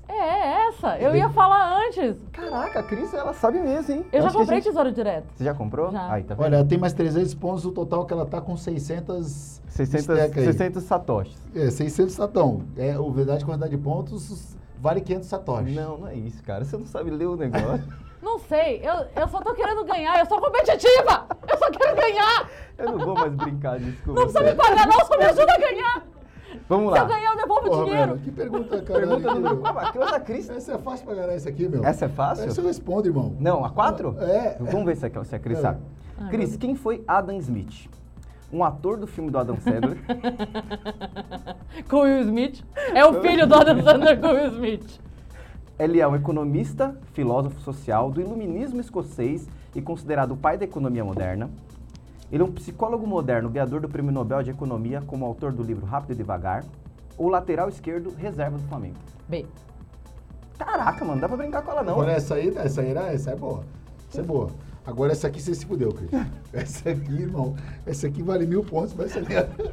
Speaker 3: É, é essa. Eu ia falar antes.
Speaker 2: Caraca, a Cris, ela sabe mesmo, hein?
Speaker 3: Eu já
Speaker 2: Antes que a
Speaker 3: comprei
Speaker 2: gente-
Speaker 3: tesouro direto.
Speaker 2: Você já comprou?
Speaker 3: Já.
Speaker 2: Aí, tá vendo?
Speaker 1: Olha, ela tem mais 300 pontos, o total que ela tá com 600...
Speaker 2: 600,
Speaker 1: Esteca aí.
Speaker 2: 600 satoshis.
Speaker 1: É, 600 satão. É, a verdade, quantidade de pontos vale 500 satoshis.
Speaker 2: Não, não é isso, cara. Você não sabe ler o negócio.
Speaker 3: Não sei, eu, eu só tô querendo ganhar, eu sou competitiva! Eu só quero ganhar!
Speaker 2: Eu não vou mais brincar disso com
Speaker 3: Não precisa me
Speaker 2: você.
Speaker 3: pagar, não, só me ajuda a ganhar!
Speaker 2: Vamos
Speaker 3: Se eu
Speaker 2: lá.
Speaker 3: ganhar, eu devolvo o
Speaker 1: Porra,
Speaker 3: dinheiro.
Speaker 1: velho, que pergunta, caralho.
Speaker 2: Pergunta
Speaker 1: que-
Speaker 2: número 4. Essa Cris.
Speaker 1: Essa é fácil pra caralho, essa aqui, meu.
Speaker 2: Essa é fácil?
Speaker 1: Essa eu respondo, irmão.
Speaker 2: Não, a 4?
Speaker 1: É.
Speaker 2: Vamos ver se a, se a Cris
Speaker 1: É.
Speaker 2: sabe.
Speaker 3: Ai, meu
Speaker 2: Cris, quem foi Adam Smith? Um ator do filme do Adam Sandler.
Speaker 3: Com o Will Smith. É o filho do Adam Sandler com o Will Smith.
Speaker 2: Ele é um economista, filósofo social do iluminismo escocês e considerado o pai da economia moderna. Ele é um psicólogo moderno, ganhador do Prêmio Nobel de Economia como autor do livro Rápido e Devagar. O lateral esquerdo, reserva do Flamengo.
Speaker 3: B.
Speaker 2: Caraca, mano, dá pra brincar com ela não.
Speaker 1: Agora é- essa aí, essa aí era, essa é boa. Essa é boa. Agora essa aqui você se fudeu, Cris. Essa aqui, irmão. Essa aqui vale mil pontos, mas essa aqui...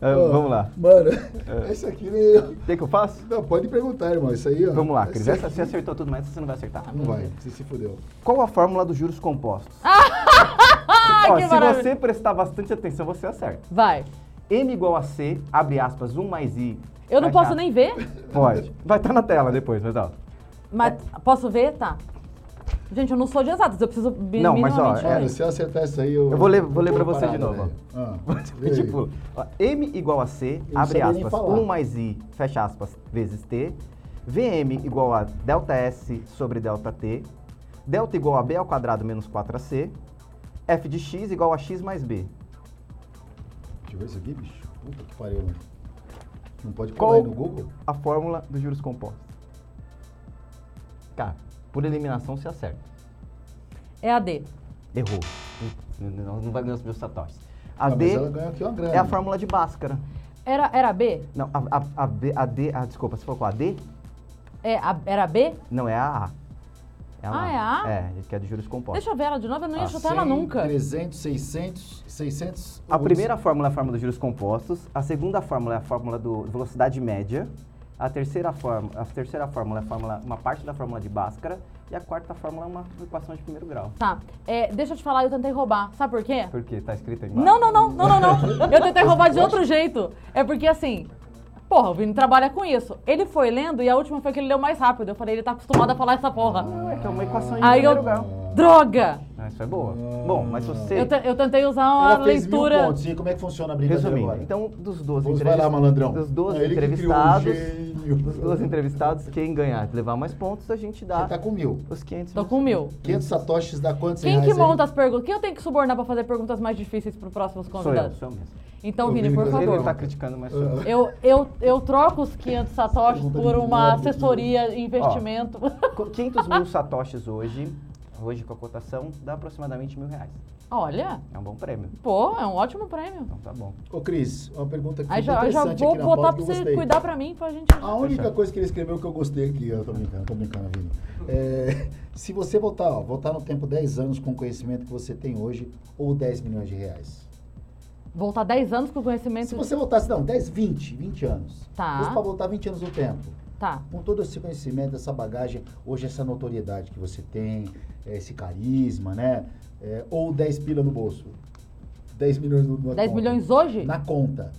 Speaker 2: Ah, vamos lá.
Speaker 1: Mano,
Speaker 2: É.
Speaker 1: essa aqui... né?
Speaker 2: Quer que eu faço?
Speaker 1: Não, pode perguntar, irmão. Isso aí, ó.
Speaker 2: Vamos lá, Cris.
Speaker 1: Essa
Speaker 2: Essa
Speaker 1: aqui-
Speaker 2: você acertou tudo, mas essa você não vai acertar.
Speaker 1: Não vai, você se fudeu.
Speaker 2: Qual a fórmula dos juros compostos?
Speaker 3: Ah,
Speaker 2: Ó,
Speaker 3: que
Speaker 2: se
Speaker 3: maravilha.
Speaker 2: você prestar bastante atenção, você acerta.
Speaker 3: Vai.
Speaker 2: M igual a C, abre aspas, 1 mais I.
Speaker 3: Eu não
Speaker 2: fecha
Speaker 3: posso
Speaker 2: aspas.
Speaker 3: nem ver,
Speaker 2: Pode. Vai estar na tela depois, mas ó.
Speaker 3: mas posso ver? Tá. Gente, eu não sou de exatas, eu preciso mi-
Speaker 2: Não, mas, ó,
Speaker 3: minimamente
Speaker 2: é,
Speaker 1: Cara,
Speaker 3: ver.
Speaker 1: se eu acertar essa aí, eu...
Speaker 2: Eu vou ler- vou ler pra você
Speaker 1: Parada,
Speaker 2: de novo, ó.
Speaker 1: velho. Ah, lê aí.
Speaker 2: tipo, ó, M igual a C,
Speaker 1: Eu não
Speaker 2: abre
Speaker 1: sabia nem
Speaker 2: aspas,
Speaker 1: falar.
Speaker 2: 1 mais I, fecha aspas, vezes T. VM igual a delta S sobre delta T. Delta igual a B ao quadrado menos 4AC. F de X igual a X mais B.
Speaker 1: Deixa eu ver isso aqui, bicho. Puta que pariu, mano. Não pode colar
Speaker 2: Qual-
Speaker 1: aí no Google?
Speaker 2: a fórmula dos juros compostos? Cara, por eliminação você acerta.
Speaker 3: É a D.
Speaker 2: Errou. Putz, Não, não vai ganhar os meus satoshis. A
Speaker 1: Ah,
Speaker 2: D
Speaker 1: Mas ela ganhou aqui uma grana.
Speaker 2: é a fórmula de Bhaskara.
Speaker 3: Era, era B?
Speaker 2: Não, a, a, a, B- a D... Ah, desculpa, você falou qual? A D?
Speaker 3: É, a- era B?
Speaker 2: Não, é a A. É
Speaker 3: Ah, é a A?
Speaker 2: É, que é de juros compostos.
Speaker 3: Deixa eu ver ela de novo, eu não ia
Speaker 1: Ah,
Speaker 3: chutar ela
Speaker 1: 100,
Speaker 3: nunca.
Speaker 1: 300, 600, 600...
Speaker 2: A primeira fórmula é a fórmula dos juros compostos. A segunda fórmula é a fórmula do velocidade média.
Speaker 5: A terceira, forma, a terceira fórmula é a fórmula, uma parte da fórmula de Bhaskara e a quarta fórmula é uma equação de primeiro grau.
Speaker 3: Tá. É, deixa eu te falar, eu tentei roubar. Sabe por quê?
Speaker 5: Por quê? Tá escrito aí embaixo?
Speaker 3: Não, não, não, não, não, não. Eu tentei roubar de outro jeito. É porque assim. Porra, o Vini trabalha com isso. Ele foi lendo e a última foi que ele leu mais rápido. Eu falei, ele tá acostumado a falar essa porra.
Speaker 5: Não, é que é uma equação de
Speaker 2: Ah,
Speaker 3: Aí eu.
Speaker 5: primeiro grau.
Speaker 3: Droga!
Speaker 5: Ah, isso é boa. Bom, mas se você...
Speaker 3: Eu, te- eu tentei usar uma
Speaker 1: Ela fez mil
Speaker 3: Ah, leitura.
Speaker 1: pontos. E como é que funciona a brincadeira
Speaker 5: Resumindo,
Speaker 1: agora?
Speaker 5: então dos 12
Speaker 1: Vamos, vai
Speaker 5: entrevis-
Speaker 1: lá, malandrão.
Speaker 5: Dos 12
Speaker 1: É ele que criou o
Speaker 5: entrevistados,
Speaker 1: gênio.
Speaker 5: dos 12 entrevistados, quem ganhar e levar mais pontos, a gente dá
Speaker 1: Você tá com mil.
Speaker 5: os 500
Speaker 3: Tô com mil.
Speaker 1: 500 satoshis dá quantos
Speaker 3: Quem
Speaker 1: reais
Speaker 3: que
Speaker 1: aí?
Speaker 3: monta as perguntas? Quem eu tenho que subornar pra fazer perguntas mais difíceis pros próximos
Speaker 5: Sou eu,
Speaker 3: convidados?
Speaker 5: sou eu mesmo.
Speaker 3: Então,
Speaker 1: Eu
Speaker 3: Vini,
Speaker 1: vi,
Speaker 3: por
Speaker 1: inclusive,
Speaker 5: Ele
Speaker 3: favor.
Speaker 5: tá criticando, mas sou eu.
Speaker 1: Ah.
Speaker 3: Eu, eu, eu troco os 500 satoshis
Speaker 1: Pergunta
Speaker 3: por
Speaker 1: de
Speaker 3: uma
Speaker 1: merda aqui.
Speaker 3: assessoria, investimento.
Speaker 5: Com 500 mil satoshis hoje, hoje com a cotação, dá aproximadamente mil reais.
Speaker 3: Olha,
Speaker 5: É um bom prêmio.
Speaker 3: pô, é um ótimo prêmio.
Speaker 5: Então tá bom.
Speaker 1: Ô, Cris, uma pergunta que
Speaker 3: Aí
Speaker 1: ficou
Speaker 3: já, já
Speaker 1: interessante
Speaker 3: vou
Speaker 1: aqui na
Speaker 3: botar
Speaker 1: pauta
Speaker 3: pra
Speaker 1: que eu
Speaker 3: você
Speaker 1: gostei.
Speaker 3: cuidar pra mim, pra gente...
Speaker 1: A única
Speaker 5: Fechado.
Speaker 1: coisa que ele escreveu que eu gostei aqui, eu tô brincando, tô brincando, Vini. É, se você voltar, ó, voltar no tempo 10 anos com o conhecimento que você tem hoje, ou 10 milhões de reais.
Speaker 3: Voltar 10 anos com o
Speaker 1: Se
Speaker 3: conhecimento...
Speaker 1: você voltasse, não, 10, 20, 20 anos.
Speaker 3: Tá.
Speaker 1: Você para voltar 20 anos no tempo.
Speaker 3: Tá.
Speaker 1: Com todo esse conhecimento, essa bagagem, hoje essa notoriedade que você tem, é, esse carisma, né? É, ou 10 pila no bolso. 10 milhões no na
Speaker 3: 10
Speaker 1: conta.
Speaker 3: milhões hoje?
Speaker 1: Na conta.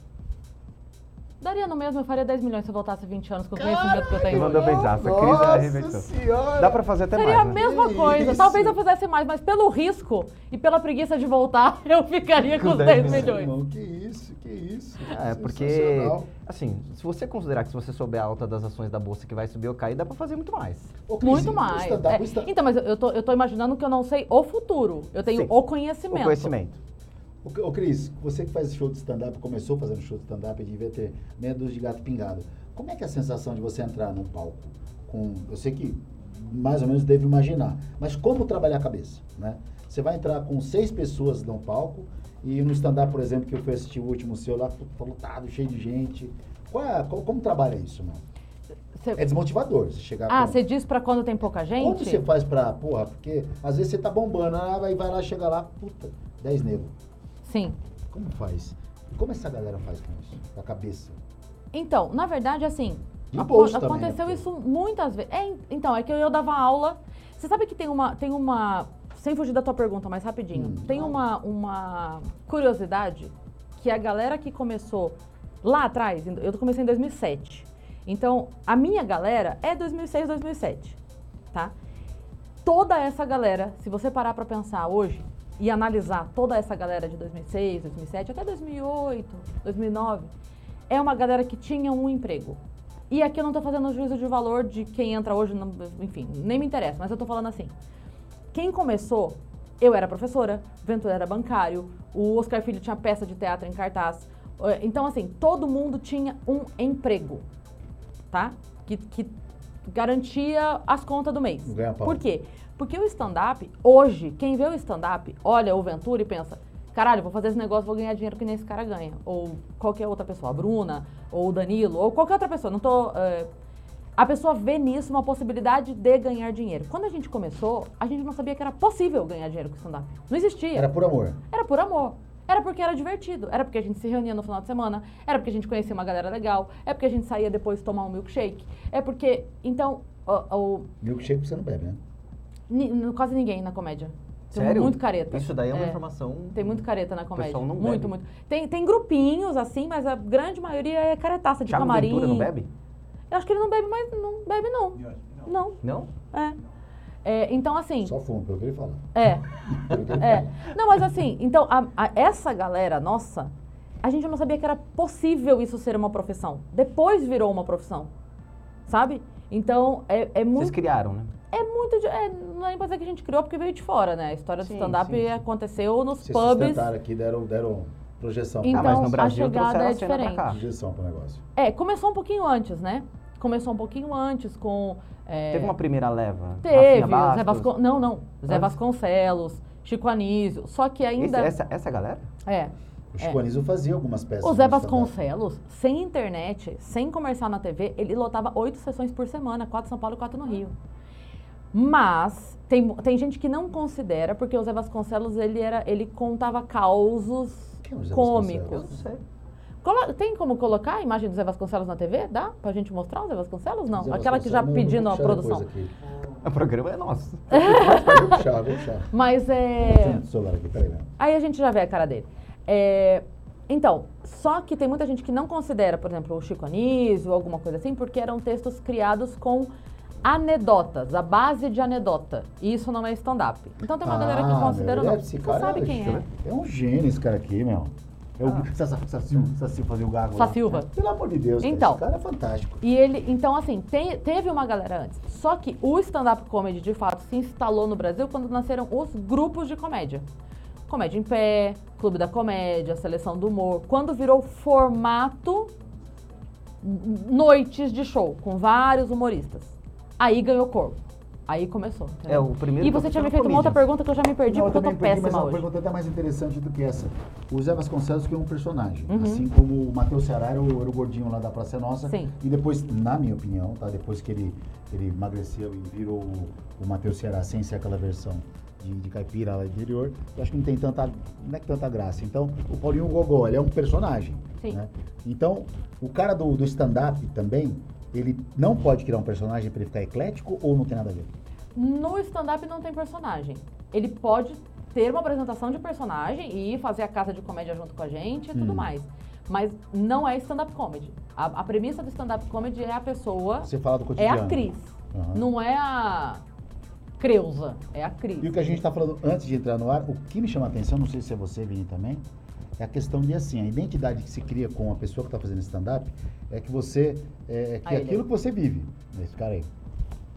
Speaker 3: Daria no mesmo, eu faria 10 milhões se eu voltasse 20 anos com o conhecimento que eu tenho
Speaker 5: Ele
Speaker 3: hoje.
Speaker 5: mandou pensar, essa Cris já arrebentou.
Speaker 1: senhora!
Speaker 5: Dá pra fazer até
Speaker 3: Seria a
Speaker 5: mais, né?
Speaker 3: mesma
Speaker 1: Que
Speaker 3: coisa.
Speaker 1: isso?
Speaker 3: Talvez eu fizesse mais, mas pelo risco e pela preguiça de voltar, eu ficaria com os 10 milhões.
Speaker 1: Irmão, que isso, que isso.
Speaker 5: É, porque,
Speaker 1: Sensacional.
Speaker 5: assim, se você considerar que se você souber a alta das ações da bolsa que vai subir ou cair, dá pra fazer muito mais.
Speaker 1: Ô, Cris,
Speaker 3: Muito
Speaker 1: o
Speaker 3: mais.
Speaker 1: stand-up,
Speaker 3: É,
Speaker 1: o stand-
Speaker 3: Então, mas eu- eu tô, eu tô imaginando que eu não sei o futuro. Eu tenho
Speaker 5: Sim.
Speaker 3: o conhecimento.
Speaker 5: O conhecimento.
Speaker 1: Ô, ô, Cris, você que faz show de stand-up, começou fazendo show de stand-up, devia ter meia dúzia de gato pingado. Como é que é a sensação de você entrar num palco com... Eu sei que mais ou menos deve imaginar, mas como trabalhar a cabeça, né? Você vai entrar com seis pessoas num palco e no stand-up, por exemplo, que eu fui assistir o último seu lá, tá lotado, cheio de gente. Qual é, qual- como trabalha isso, mano?
Speaker 3: Cê-
Speaker 1: É desmotivador você chegar
Speaker 3: Então Ah,
Speaker 1: com-
Speaker 3: você diz pra quando tem pouca
Speaker 1: Como você
Speaker 3: gente?
Speaker 1: faz pra, porra, porque às vezes você tá bombando, ah, vai, vai lá, chega lá, puta, 10 negros.
Speaker 3: Sim.
Speaker 1: Como faz? E como essa galera faz com isso? Da cabeça?
Speaker 3: Então, na verdade, assim,
Speaker 1: De
Speaker 3: aco-
Speaker 1: bolso também,
Speaker 3: aconteceu
Speaker 1: né,
Speaker 3: isso muitas vezes. É, en- então, é que eu, eu dava aula. Você sabe que tem uma. Tem uma. Sem fugir da tua pergunta, mas rapidinho.
Speaker 1: Hum,
Speaker 3: tem
Speaker 1: claro.
Speaker 3: uma, uma curiosidade que a galera que começou lá atrás, em- eu comecei em 2007. Então, a minha galera é 2006, 2007, tá? Toda essa galera, se você parar pra pensar hoje e analisar toda essa galera de 2006, 2007, até 2008, 2009, é uma galera que tinha um emprego. E aqui eu não tô fazendo juízo de valor de quem entra hoje, não- enfim, nem me interessa, mas eu tô falando assim. Quem começou, eu era professora, Ventura era bancário, o Oscar Filho tinha peça de teatro em cartaz. Eh, Então, assim, todo mundo tinha um emprego, tá? Que, que garantia as contas do mês.
Speaker 1: Não ganha pau.
Speaker 3: Por quê? Porque o stand-up, hoje, quem vê o stand-up, olha o Ventura e pensa, caralho, vou fazer esse negócio, vou ganhar dinheiro que nem esse cara ganha. Ou qualquer outra pessoa, a Bruna, ou o Danilo, ou qualquer outra pessoa. Não tô... eh, a pessoa vê nisso uma possibilidade de ganhar dinheiro. Quando a gente começou, a gente não sabia que era possível ganhar dinheiro com stand-up. Não existia.
Speaker 1: Era por amor.
Speaker 3: Era por amor. Era porque era divertido. Era porque a gente se reunia no final de semana. Era porque a gente conhecia uma galera legal. É porque a gente saía depois tomar um milkshake. É porque. Então, o- o-
Speaker 1: Milkshake você não bebe, né?
Speaker 3: ni- n- quase ninguém na comédia. Tem
Speaker 5: Sério?
Speaker 3: muito careta.
Speaker 5: Isso daí é uma
Speaker 3: É.
Speaker 5: informação...
Speaker 3: Tem muito careta na comédia.
Speaker 5: pessoal não
Speaker 3: muito,
Speaker 5: bebe.
Speaker 3: muito. Tem, tem grupinhos, assim, mas a grande maioria é caretaça de
Speaker 5: Thiago
Speaker 3: camarim.
Speaker 5: Ventura não bebe?
Speaker 3: Eu acho que ele não bebe, mas não bebe, não. Não.
Speaker 5: Não?
Speaker 3: É. É, então, assim.
Speaker 1: Só fumo, pelo que ele fala.
Speaker 3: É.
Speaker 1: Pelo que ele fala.
Speaker 3: É. Não, mas assim, então, a- a- essa galera nossa, a gente não sabia que era possível isso ser uma profissão. Depois virou uma profissão. Sabe? Então, é, é
Speaker 5: Vocês
Speaker 3: muito.
Speaker 5: criaram, né?
Speaker 3: É muito. de- é, não é nem pra dizer que a gente criou porque veio de fora, né? A história do
Speaker 5: Sim, sim,
Speaker 3: stand-up
Speaker 5: sim.
Speaker 3: aconteceu nos
Speaker 1: Vocês
Speaker 3: pubs.
Speaker 1: sustentaram aqui, deram, deram projeção.
Speaker 3: Então,
Speaker 5: ah, mas
Speaker 3: a
Speaker 5: no Brasil
Speaker 3: chegada
Speaker 5: trouxeram
Speaker 3: é
Speaker 5: a cena
Speaker 3: diferente.
Speaker 5: pra cá.
Speaker 1: Projeção pro negócio.
Speaker 3: É, começou um pouquinho antes, né? Começou um pouquinho antes com. é,
Speaker 5: Teve uma primeira leva?
Speaker 3: Teve,
Speaker 5: Rafinha Bastos.
Speaker 3: Zé Vascon... Não, não. Zé
Speaker 5: Antes?
Speaker 3: Vasconcelos, Chico Anísio. Só que ainda.
Speaker 5: Esse- essa, essa galera?
Speaker 3: É.
Speaker 1: O Chico Anísio fazia algumas peças.
Speaker 3: O Zé
Speaker 1: de stand-up.
Speaker 3: Vasconcelos, sem internet, sem comercial na TV, ele lotava oito sessões por semana, quatro em São Paulo e quatro no Rio. Mas tem, tem gente que não considera, porque o Zé Vasconcelos ele era, ele contava causos
Speaker 1: Quem é o Zé
Speaker 3: cômicos.
Speaker 1: Vasconcelos?
Speaker 5: sei.
Speaker 3: Colo- Tem como colocar a imagem do Zé Vasconcelos na TV? Dá? Pra gente mostrar o Zé Vasconcelos? Não.
Speaker 1: Zé
Speaker 3: Aquela que já
Speaker 1: Vasconcelos, é um
Speaker 3: pedindo
Speaker 1: não,
Speaker 3: a
Speaker 1: vou puxar depois
Speaker 3: produção.
Speaker 1: aqui.
Speaker 2: O programa é nosso.
Speaker 1: Vou puxar, vou puxar.
Speaker 3: Mas é.
Speaker 1: Tem o celular aqui, peraí, né?
Speaker 3: Aí a gente já vê a cara dele. É, Então, só que tem muita gente que não considera, por exemplo, o Chico Anísio, alguma coisa assim, porque eram textos criados com anedotas, a base de anedota. E isso não é stand-up. Então tem uma galera que
Speaker 1: Ah,
Speaker 3: considera
Speaker 1: meu,
Speaker 3: não.
Speaker 1: é, esse
Speaker 3: Você
Speaker 1: cara
Speaker 3: sabe quem é. Ah.
Speaker 1: É um gênio esse cara aqui, meu. É o Saci- Saci Saci fazer o gago. lá.
Speaker 3: Sacilva.
Speaker 1: Pelo amor de Deus, cara,
Speaker 3: Então.
Speaker 1: esse cara é fantástico.
Speaker 3: E ele, então assim, tem- teve uma galera antes. Só que o stand-up comedy, de fato, se instalou no Brasil quando nasceram os grupos de comédia. Comédia em Pé, Clube da Comédia, Seleção do Humor. Quando virou formato n- noites de show, com vários humoristas. Aí ganhou corpo. Aí começou. entendeu?
Speaker 2: É, o primeiro
Speaker 3: E você tinha me
Speaker 2: profissional
Speaker 3: feito uma outra
Speaker 2: comedians.
Speaker 3: pergunta que eu já me perdi,
Speaker 1: Não,
Speaker 3: porque eu tô
Speaker 1: também perdi, mas é
Speaker 3: péssima
Speaker 1: uma
Speaker 3: hoje.
Speaker 1: pergunta até mais interessante do que essa. O Zé Vasconcelos criou um personagem,
Speaker 3: Uhum.
Speaker 1: assim como o Matheus Ceará era o, era o gordinho lá da Praça Nossa.
Speaker 3: Sim.
Speaker 1: E depois, na minha opinião, tá? Depois que ele, ele emagreceu e virou o, o Matheus Ceará sem ser aquela versão de, de caipira lá do interior, eu acho que não tem tanta, não é que tanta graça. Então, o Paulinho Gogó, ele é um personagem.
Speaker 3: Sim.
Speaker 1: né? Então, o cara do, do stand-up também, ele não pode criar um personagem pra ele ficar eclético ou não tem nada a ver?
Speaker 3: No stand-up não tem personagem. Ele pode ter uma apresentação de personagem e ir fazer a casa de comédia junto com a gente e
Speaker 1: Hum.
Speaker 3: tudo mais. Mas não é stand-up comedy. A, a premissa do stand-up comedy é a pessoa,
Speaker 1: Você fala do
Speaker 3: é
Speaker 1: cotidiano.
Speaker 3: a Cris.
Speaker 1: Aham.
Speaker 3: Não é a Creuza, é a Cris.
Speaker 1: E o que a gente está falando antes de entrar no ar, o que me chama a atenção, não sei se é você, Vini, também, é a questão de assim, a identidade que se cria com a pessoa que está fazendo stand-up é que você. É, que
Speaker 3: Aí,
Speaker 1: é aquilo que você vive. Esse cara aí.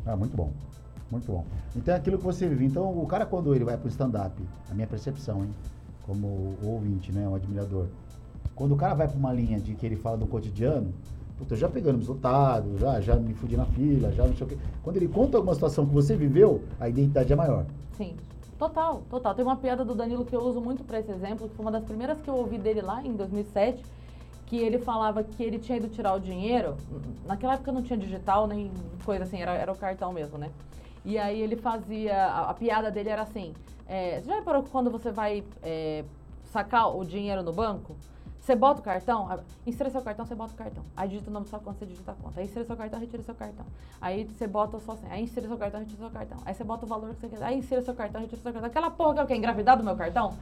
Speaker 1: Ah, muito bom. Muito bom. Então é aquilo que você vive. Então o cara, quando ele vai para o stand-up, a minha percepção, hein? Como ouvinte, né? Um admirador. Quando o cara vai para uma linha de que ele fala do cotidiano, puta, eu já pegando resultado, já, já me fudi na fila, já não sei o quê. Quando ele conta alguma situação que você viveu, a identidade é maior.
Speaker 3: Sim. Total, total. Tem uma piada do Danilo que eu uso muito pra esse exemplo, que foi uma das primeiras que eu ouvi dele lá em 2007, que ele falava que ele tinha ido tirar o dinheiro. Naquela época não tinha digital nem coisa assim, era, era o cartão mesmo, né? E aí ele fazia. A, a piada dele era assim: é, você já reparou que quando você vai é, sacar o dinheiro no banco? Você bota o cartão, a- insere seu cartão, você bota o cartão. Aí digita o nome da sua conta, você digita a conta. Aí insere seu cartão, retira seu cartão. Aí você bota a sua senha. Aí insere seu cartão, retira seu cartão. Aí você bota o valor que você quer. Aí insere seu cartão, retira seu cartão. Aquela porra que eu quero engravidar do meu cartão.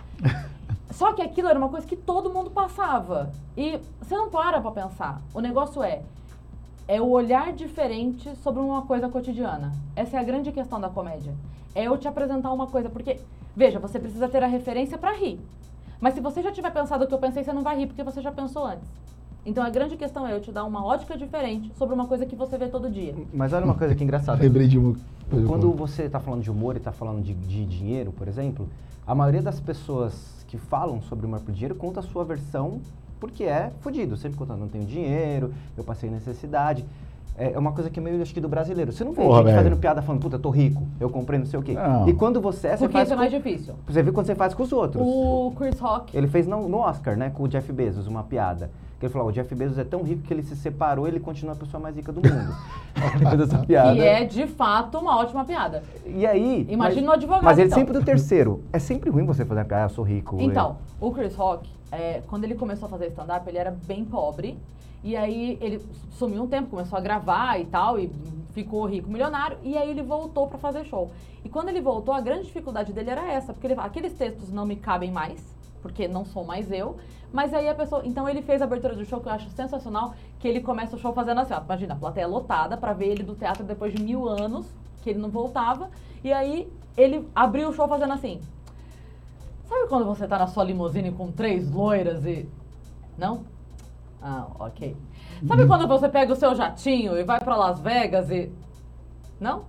Speaker 3: Só que aquilo era uma coisa que todo mundo passava. E você não para pra pensar. O negócio é, é o olhar diferente sobre uma coisa cotidiana. Essa é a grande questão da comédia. É eu te apresentar uma coisa, porque, veja, você precisa ter a referência pra rir. Mas se você já tiver pensado o que eu pensei, você não vai rir, porque você já pensou antes. Então a grande questão é eu te dar uma ótica diferente sobre uma coisa que você vê todo dia.
Speaker 2: Mas olha uma coisa que é engraçada.
Speaker 1: Lembrei de uma.
Speaker 2: Quando você está falando de humor e está falando de, de dinheiro, por exemplo, a maioria das pessoas que falam sobre o humor por dinheiro conta a sua versão porque é fudido. Sempre contando, não tenho dinheiro, eu passei necessidade. É é uma coisa que é meio, acho que, do brasileiro. Você não vê
Speaker 1: Porra,
Speaker 2: gente
Speaker 1: velho.
Speaker 2: fazendo piada falando, puta, eu tô rico, eu comprei não sei o quê.
Speaker 1: Não.
Speaker 2: E quando você é, você
Speaker 3: Porque
Speaker 2: faz
Speaker 3: isso é
Speaker 2: com-
Speaker 3: mais difícil.
Speaker 2: Você vê quando você faz com os outros.
Speaker 3: O Chris Rock,
Speaker 2: Ele fez no, no Oscar, né, com o Jeff Bezos, uma piada. Que ele falou, o Jeff Bezos é tão rico que ele se separou e ele continua a pessoa mais rica do mundo. Ele fez essa piada.
Speaker 3: que é de fato uma ótima piada.
Speaker 2: E aí...
Speaker 3: Imagina
Speaker 2: mas,
Speaker 3: o advogado,
Speaker 2: Mas ele
Speaker 3: então.
Speaker 2: sempre do terceiro. É sempre ruim você fazer uma piada, ah, eu sou rico. eu-
Speaker 3: Então, o Chris Rock, é, quando ele começou a fazer stand-up, ele era bem pobre. E aí ele sumiu um tempo, começou a gravar e tal, e ficou rico, milionário. E aí ele voltou pra fazer show. E quando ele voltou, a grande dificuldade dele era essa, porque ele fala, aqueles textos não me cabem mais, porque não sou mais eu. Mas aí a pessoa. Então ele fez a abertura do show, que eu acho sensacional, que ele começa o show fazendo assim, ó, imagina, a plateia lotada pra ver ele do teatro depois de mil anos, que ele não voltava. E aí ele abriu o show fazendo assim. Sabe quando você tá na sua limusine com três loiras e. Não? Ah, ok. Sabe quando você pega o seu jatinho e vai pra Las Vegas e. Não?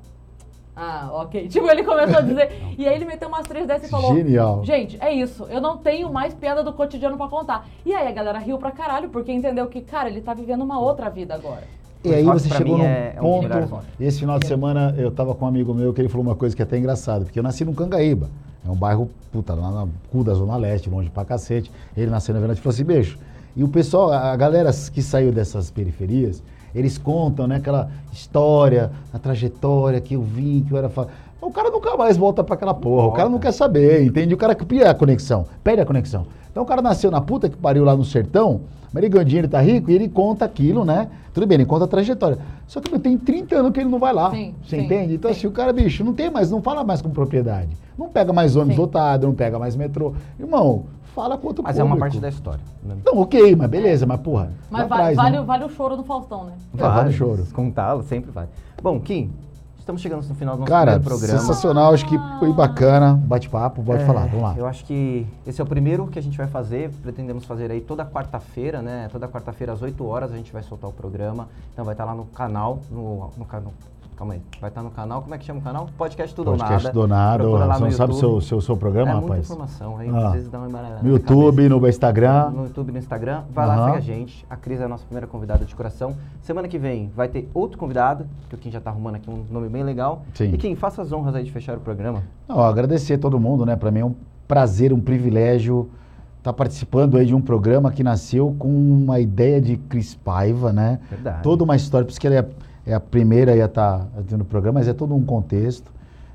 Speaker 3: Ah, ok. Tipo, ele começou a dizer. e aí ele meteu umas três dessas e falou.
Speaker 1: Genial.
Speaker 3: Gente, é isso. Eu não tenho mais piada do cotidiano pra contar. E aí a galera riu pra caralho, porque entendeu que, cara, ele tá vivendo uma outra vida agora.
Speaker 1: E aí
Speaker 2: Rock
Speaker 1: você
Speaker 2: pra
Speaker 1: chegou
Speaker 2: mim
Speaker 1: num
Speaker 2: é- é um
Speaker 1: ponto.
Speaker 2: lugar forte.
Speaker 1: esse final de semana eu tava com um amigo meu que ele falou uma coisa que é até engraçada, porque eu nasci no Cangaíba. É um bairro, puta, lá na cu da Zona Leste, longe pra cacete. Ele nasceu na verdade e falou assim: beijo. E o pessoal, a a galera que saiu dessas periferias, eles contam, né, aquela história, a trajetória que eu vim, que eu era. fa- O cara nunca mais volta pra aquela porra. O cara não
Speaker 5: Volta.
Speaker 1: quer saber, entende? O cara que perde a conexão, perde a conexão. Então o cara nasceu na puta que pariu lá no sertão, mas ele ganha dinheiro, tá rico, e ele conta aquilo, né? Tudo bem, ele conta a trajetória. Só que meu, tem 30 anos que ele não vai lá.
Speaker 3: Sim,
Speaker 1: você
Speaker 3: sim,
Speaker 1: entende? Então,
Speaker 3: sim.
Speaker 1: assim, o cara, bicho, não tem mais, não fala mais com propriedade. Não pega mais ônibus
Speaker 3: Sim.
Speaker 1: lotado, não pega mais metrô. Irmão, fala com outro
Speaker 2: Mas é
Speaker 1: público.
Speaker 2: uma parte da história. né?
Speaker 1: Então, ok, mas beleza, mas porra. lá
Speaker 3: Mas vale,
Speaker 1: atrás,
Speaker 3: vale,
Speaker 1: né?
Speaker 3: vale o choro do Faustão, né?
Speaker 1: É, vale o choro.
Speaker 2: Contá-lo, sempre vai. Bom, Kim, estamos chegando no final do nosso
Speaker 1: Cara,
Speaker 2: primeiro programa.
Speaker 1: sensacional, acho que foi bacana. Bate-papo, pode
Speaker 2: É,
Speaker 1: falar, vamos lá.
Speaker 2: Eu acho que esse é o primeiro que a gente vai fazer. Pretendemos fazer aí toda quarta-feira, né? Toda quarta-feira às 8 horas a gente vai soltar o programa. Então vai estar lá no canal, no, no canal. Calma aí, vai estar no canal. Como é que chama o canal? Podcast Tudo ou
Speaker 1: Podcast
Speaker 2: Nada.
Speaker 1: Donado.
Speaker 2: Procura lá
Speaker 1: Você não
Speaker 2: no
Speaker 1: sabe o seu,
Speaker 2: YouTube.
Speaker 1: seu, seu
Speaker 2: É
Speaker 1: programa,
Speaker 2: muita
Speaker 1: rapaz?
Speaker 2: informação, aí
Speaker 1: Ah.
Speaker 2: às vezes dá uma embaralhada.
Speaker 1: No
Speaker 2: na cabeça.
Speaker 1: YouTube, no Instagram.
Speaker 2: No YouTube, no Instagram. Vai lá,
Speaker 1: Aham.
Speaker 2: segue a gente. A Cris é a nossa primeira convidada de coração. Semana que vem vai ter outro convidado, que o Kim já tá arrumando aqui um nome bem legal.
Speaker 1: Sim.
Speaker 2: E Kim, faça as honras aí de fechar o programa.
Speaker 1: Não, agradecer a todo mundo, né? Para mim é um prazer, um privilégio estar participando aí de um programa que nasceu com uma ideia de Cris Paiva, né?
Speaker 2: Verdade.
Speaker 1: Toda uma história, por isso que ela é, é a primeira aí a estar no programa, mas é todo um contexto.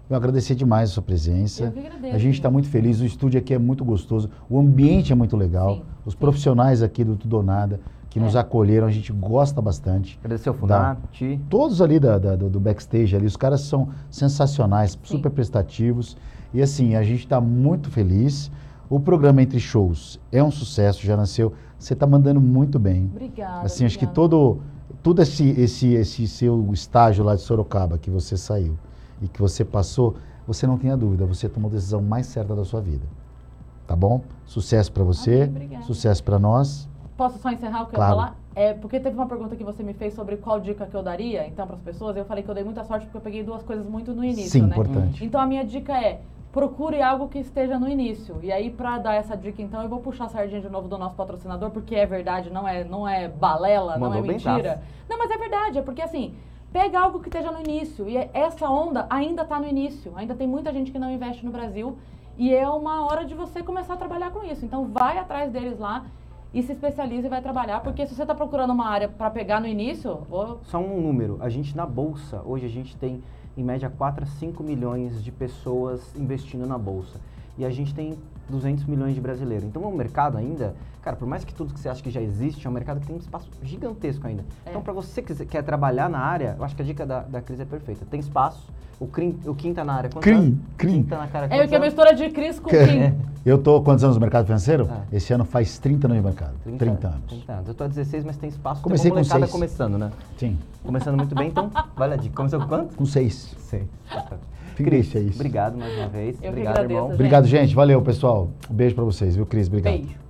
Speaker 1: Eu agradecer demais a sua presença.
Speaker 3: Eu que agradeço.
Speaker 1: A gente está muito feliz, o estúdio aqui é muito gostoso, o ambiente é muito legal,
Speaker 3: Sim,
Speaker 1: os profissionais aqui do Tudo ou Nada que nos
Speaker 3: É.
Speaker 1: acolheram, a gente gosta bastante.
Speaker 2: Agradecer ao Funat,
Speaker 1: Todos ali da- da- do, do backstage ali, os caras são sensacionais, super prestativos. E assim, a gente está muito feliz. O programa Entre Shows é um sucesso, já nasceu. Você está mandando muito bem.
Speaker 3: Obrigada.
Speaker 1: Assim, acho que
Speaker 3: obrigada.
Speaker 1: todo, todo esse, esse, esse seu estágio lá de Sorocaba que você saiu e que você passou, você não tenha dúvida, você tomou a decisão mais certa da sua vida. Tá bom? Sucesso pra você,
Speaker 3: Amém, obrigada.
Speaker 1: sucesso pra nós.
Speaker 3: Posso só encerrar o que
Speaker 1: Claro.
Speaker 3: eu ia falar? É, porque teve uma pergunta que você me fez sobre qual dica que eu daria, então, para as pessoas. Eu falei que eu dei muita sorte porque eu peguei duas coisas muito no início,
Speaker 1: Sim,
Speaker 3: né?
Speaker 1: importante.
Speaker 3: Então a minha dica é procure algo que esteja no início. E aí para dar essa dica então eu vou puxar a sardinha de novo do nosso patrocinador, porque é verdade, não é, não é balela, não
Speaker 2: Mandou
Speaker 3: é
Speaker 2: bem
Speaker 3: mentira.
Speaker 2: fácil.
Speaker 3: Não, mas é verdade, é porque assim, pega algo que esteja no início e é- essa onda ainda está no início. Ainda tem muita gente que não investe no Brasil e é uma hora de você começar a trabalhar com isso. Então vai atrás deles lá e se especializa e vai trabalhar, porque se você está procurando uma área para pegar no início, vou
Speaker 2: Só um número, a gente na bolsa, hoje a gente tem em média 4 a 5 milhões de pessoas investindo na bolsa. E a gente tem 200 milhões de brasileiros. Então é um mercado ainda, cara, por mais que tudo que você acha que já existe, é um mercado que tem um espaço gigantesco ainda.
Speaker 3: É.
Speaker 2: Então para você que quer trabalhar na área, eu acho que a dica da, da Cris é perfeita. Tem espaço, o, crim, o Kim tá na área. Quantos
Speaker 1: Crim,
Speaker 2: anos?
Speaker 1: crim.
Speaker 2: Kim tá na cara.
Speaker 3: É
Speaker 2: quantos
Speaker 3: que é a
Speaker 2: anos?
Speaker 3: mistura de Cris com
Speaker 1: Que-
Speaker 3: Kim.
Speaker 1: É. Eu tô quantos anos no mercado financeiro?
Speaker 2: Ah.
Speaker 1: Esse ano faz 30 anos de mercado. 30,
Speaker 2: 30
Speaker 1: anos.
Speaker 2: 30 anos. Eu tô há 16, mas tem espaço.
Speaker 1: Comecei
Speaker 2: tem
Speaker 1: com
Speaker 2: uma molecada
Speaker 1: seis.
Speaker 2: começando, né?
Speaker 1: Sim,
Speaker 2: Começando muito bem, então vale a dica. Começou com quanto? Tá,
Speaker 1: com seis.
Speaker 2: Sei.
Speaker 1: Fica
Speaker 2: Cris,
Speaker 1: isso, é isso.
Speaker 2: obrigado mais uma vez.
Speaker 3: que
Speaker 2: obrigado,
Speaker 3: agradeço,
Speaker 2: irmão.
Speaker 3: gente.
Speaker 1: Obrigado, gente. Valeu, pessoal. Um beijo pra vocês, viu, Cris? Obrigado.
Speaker 3: Beijo.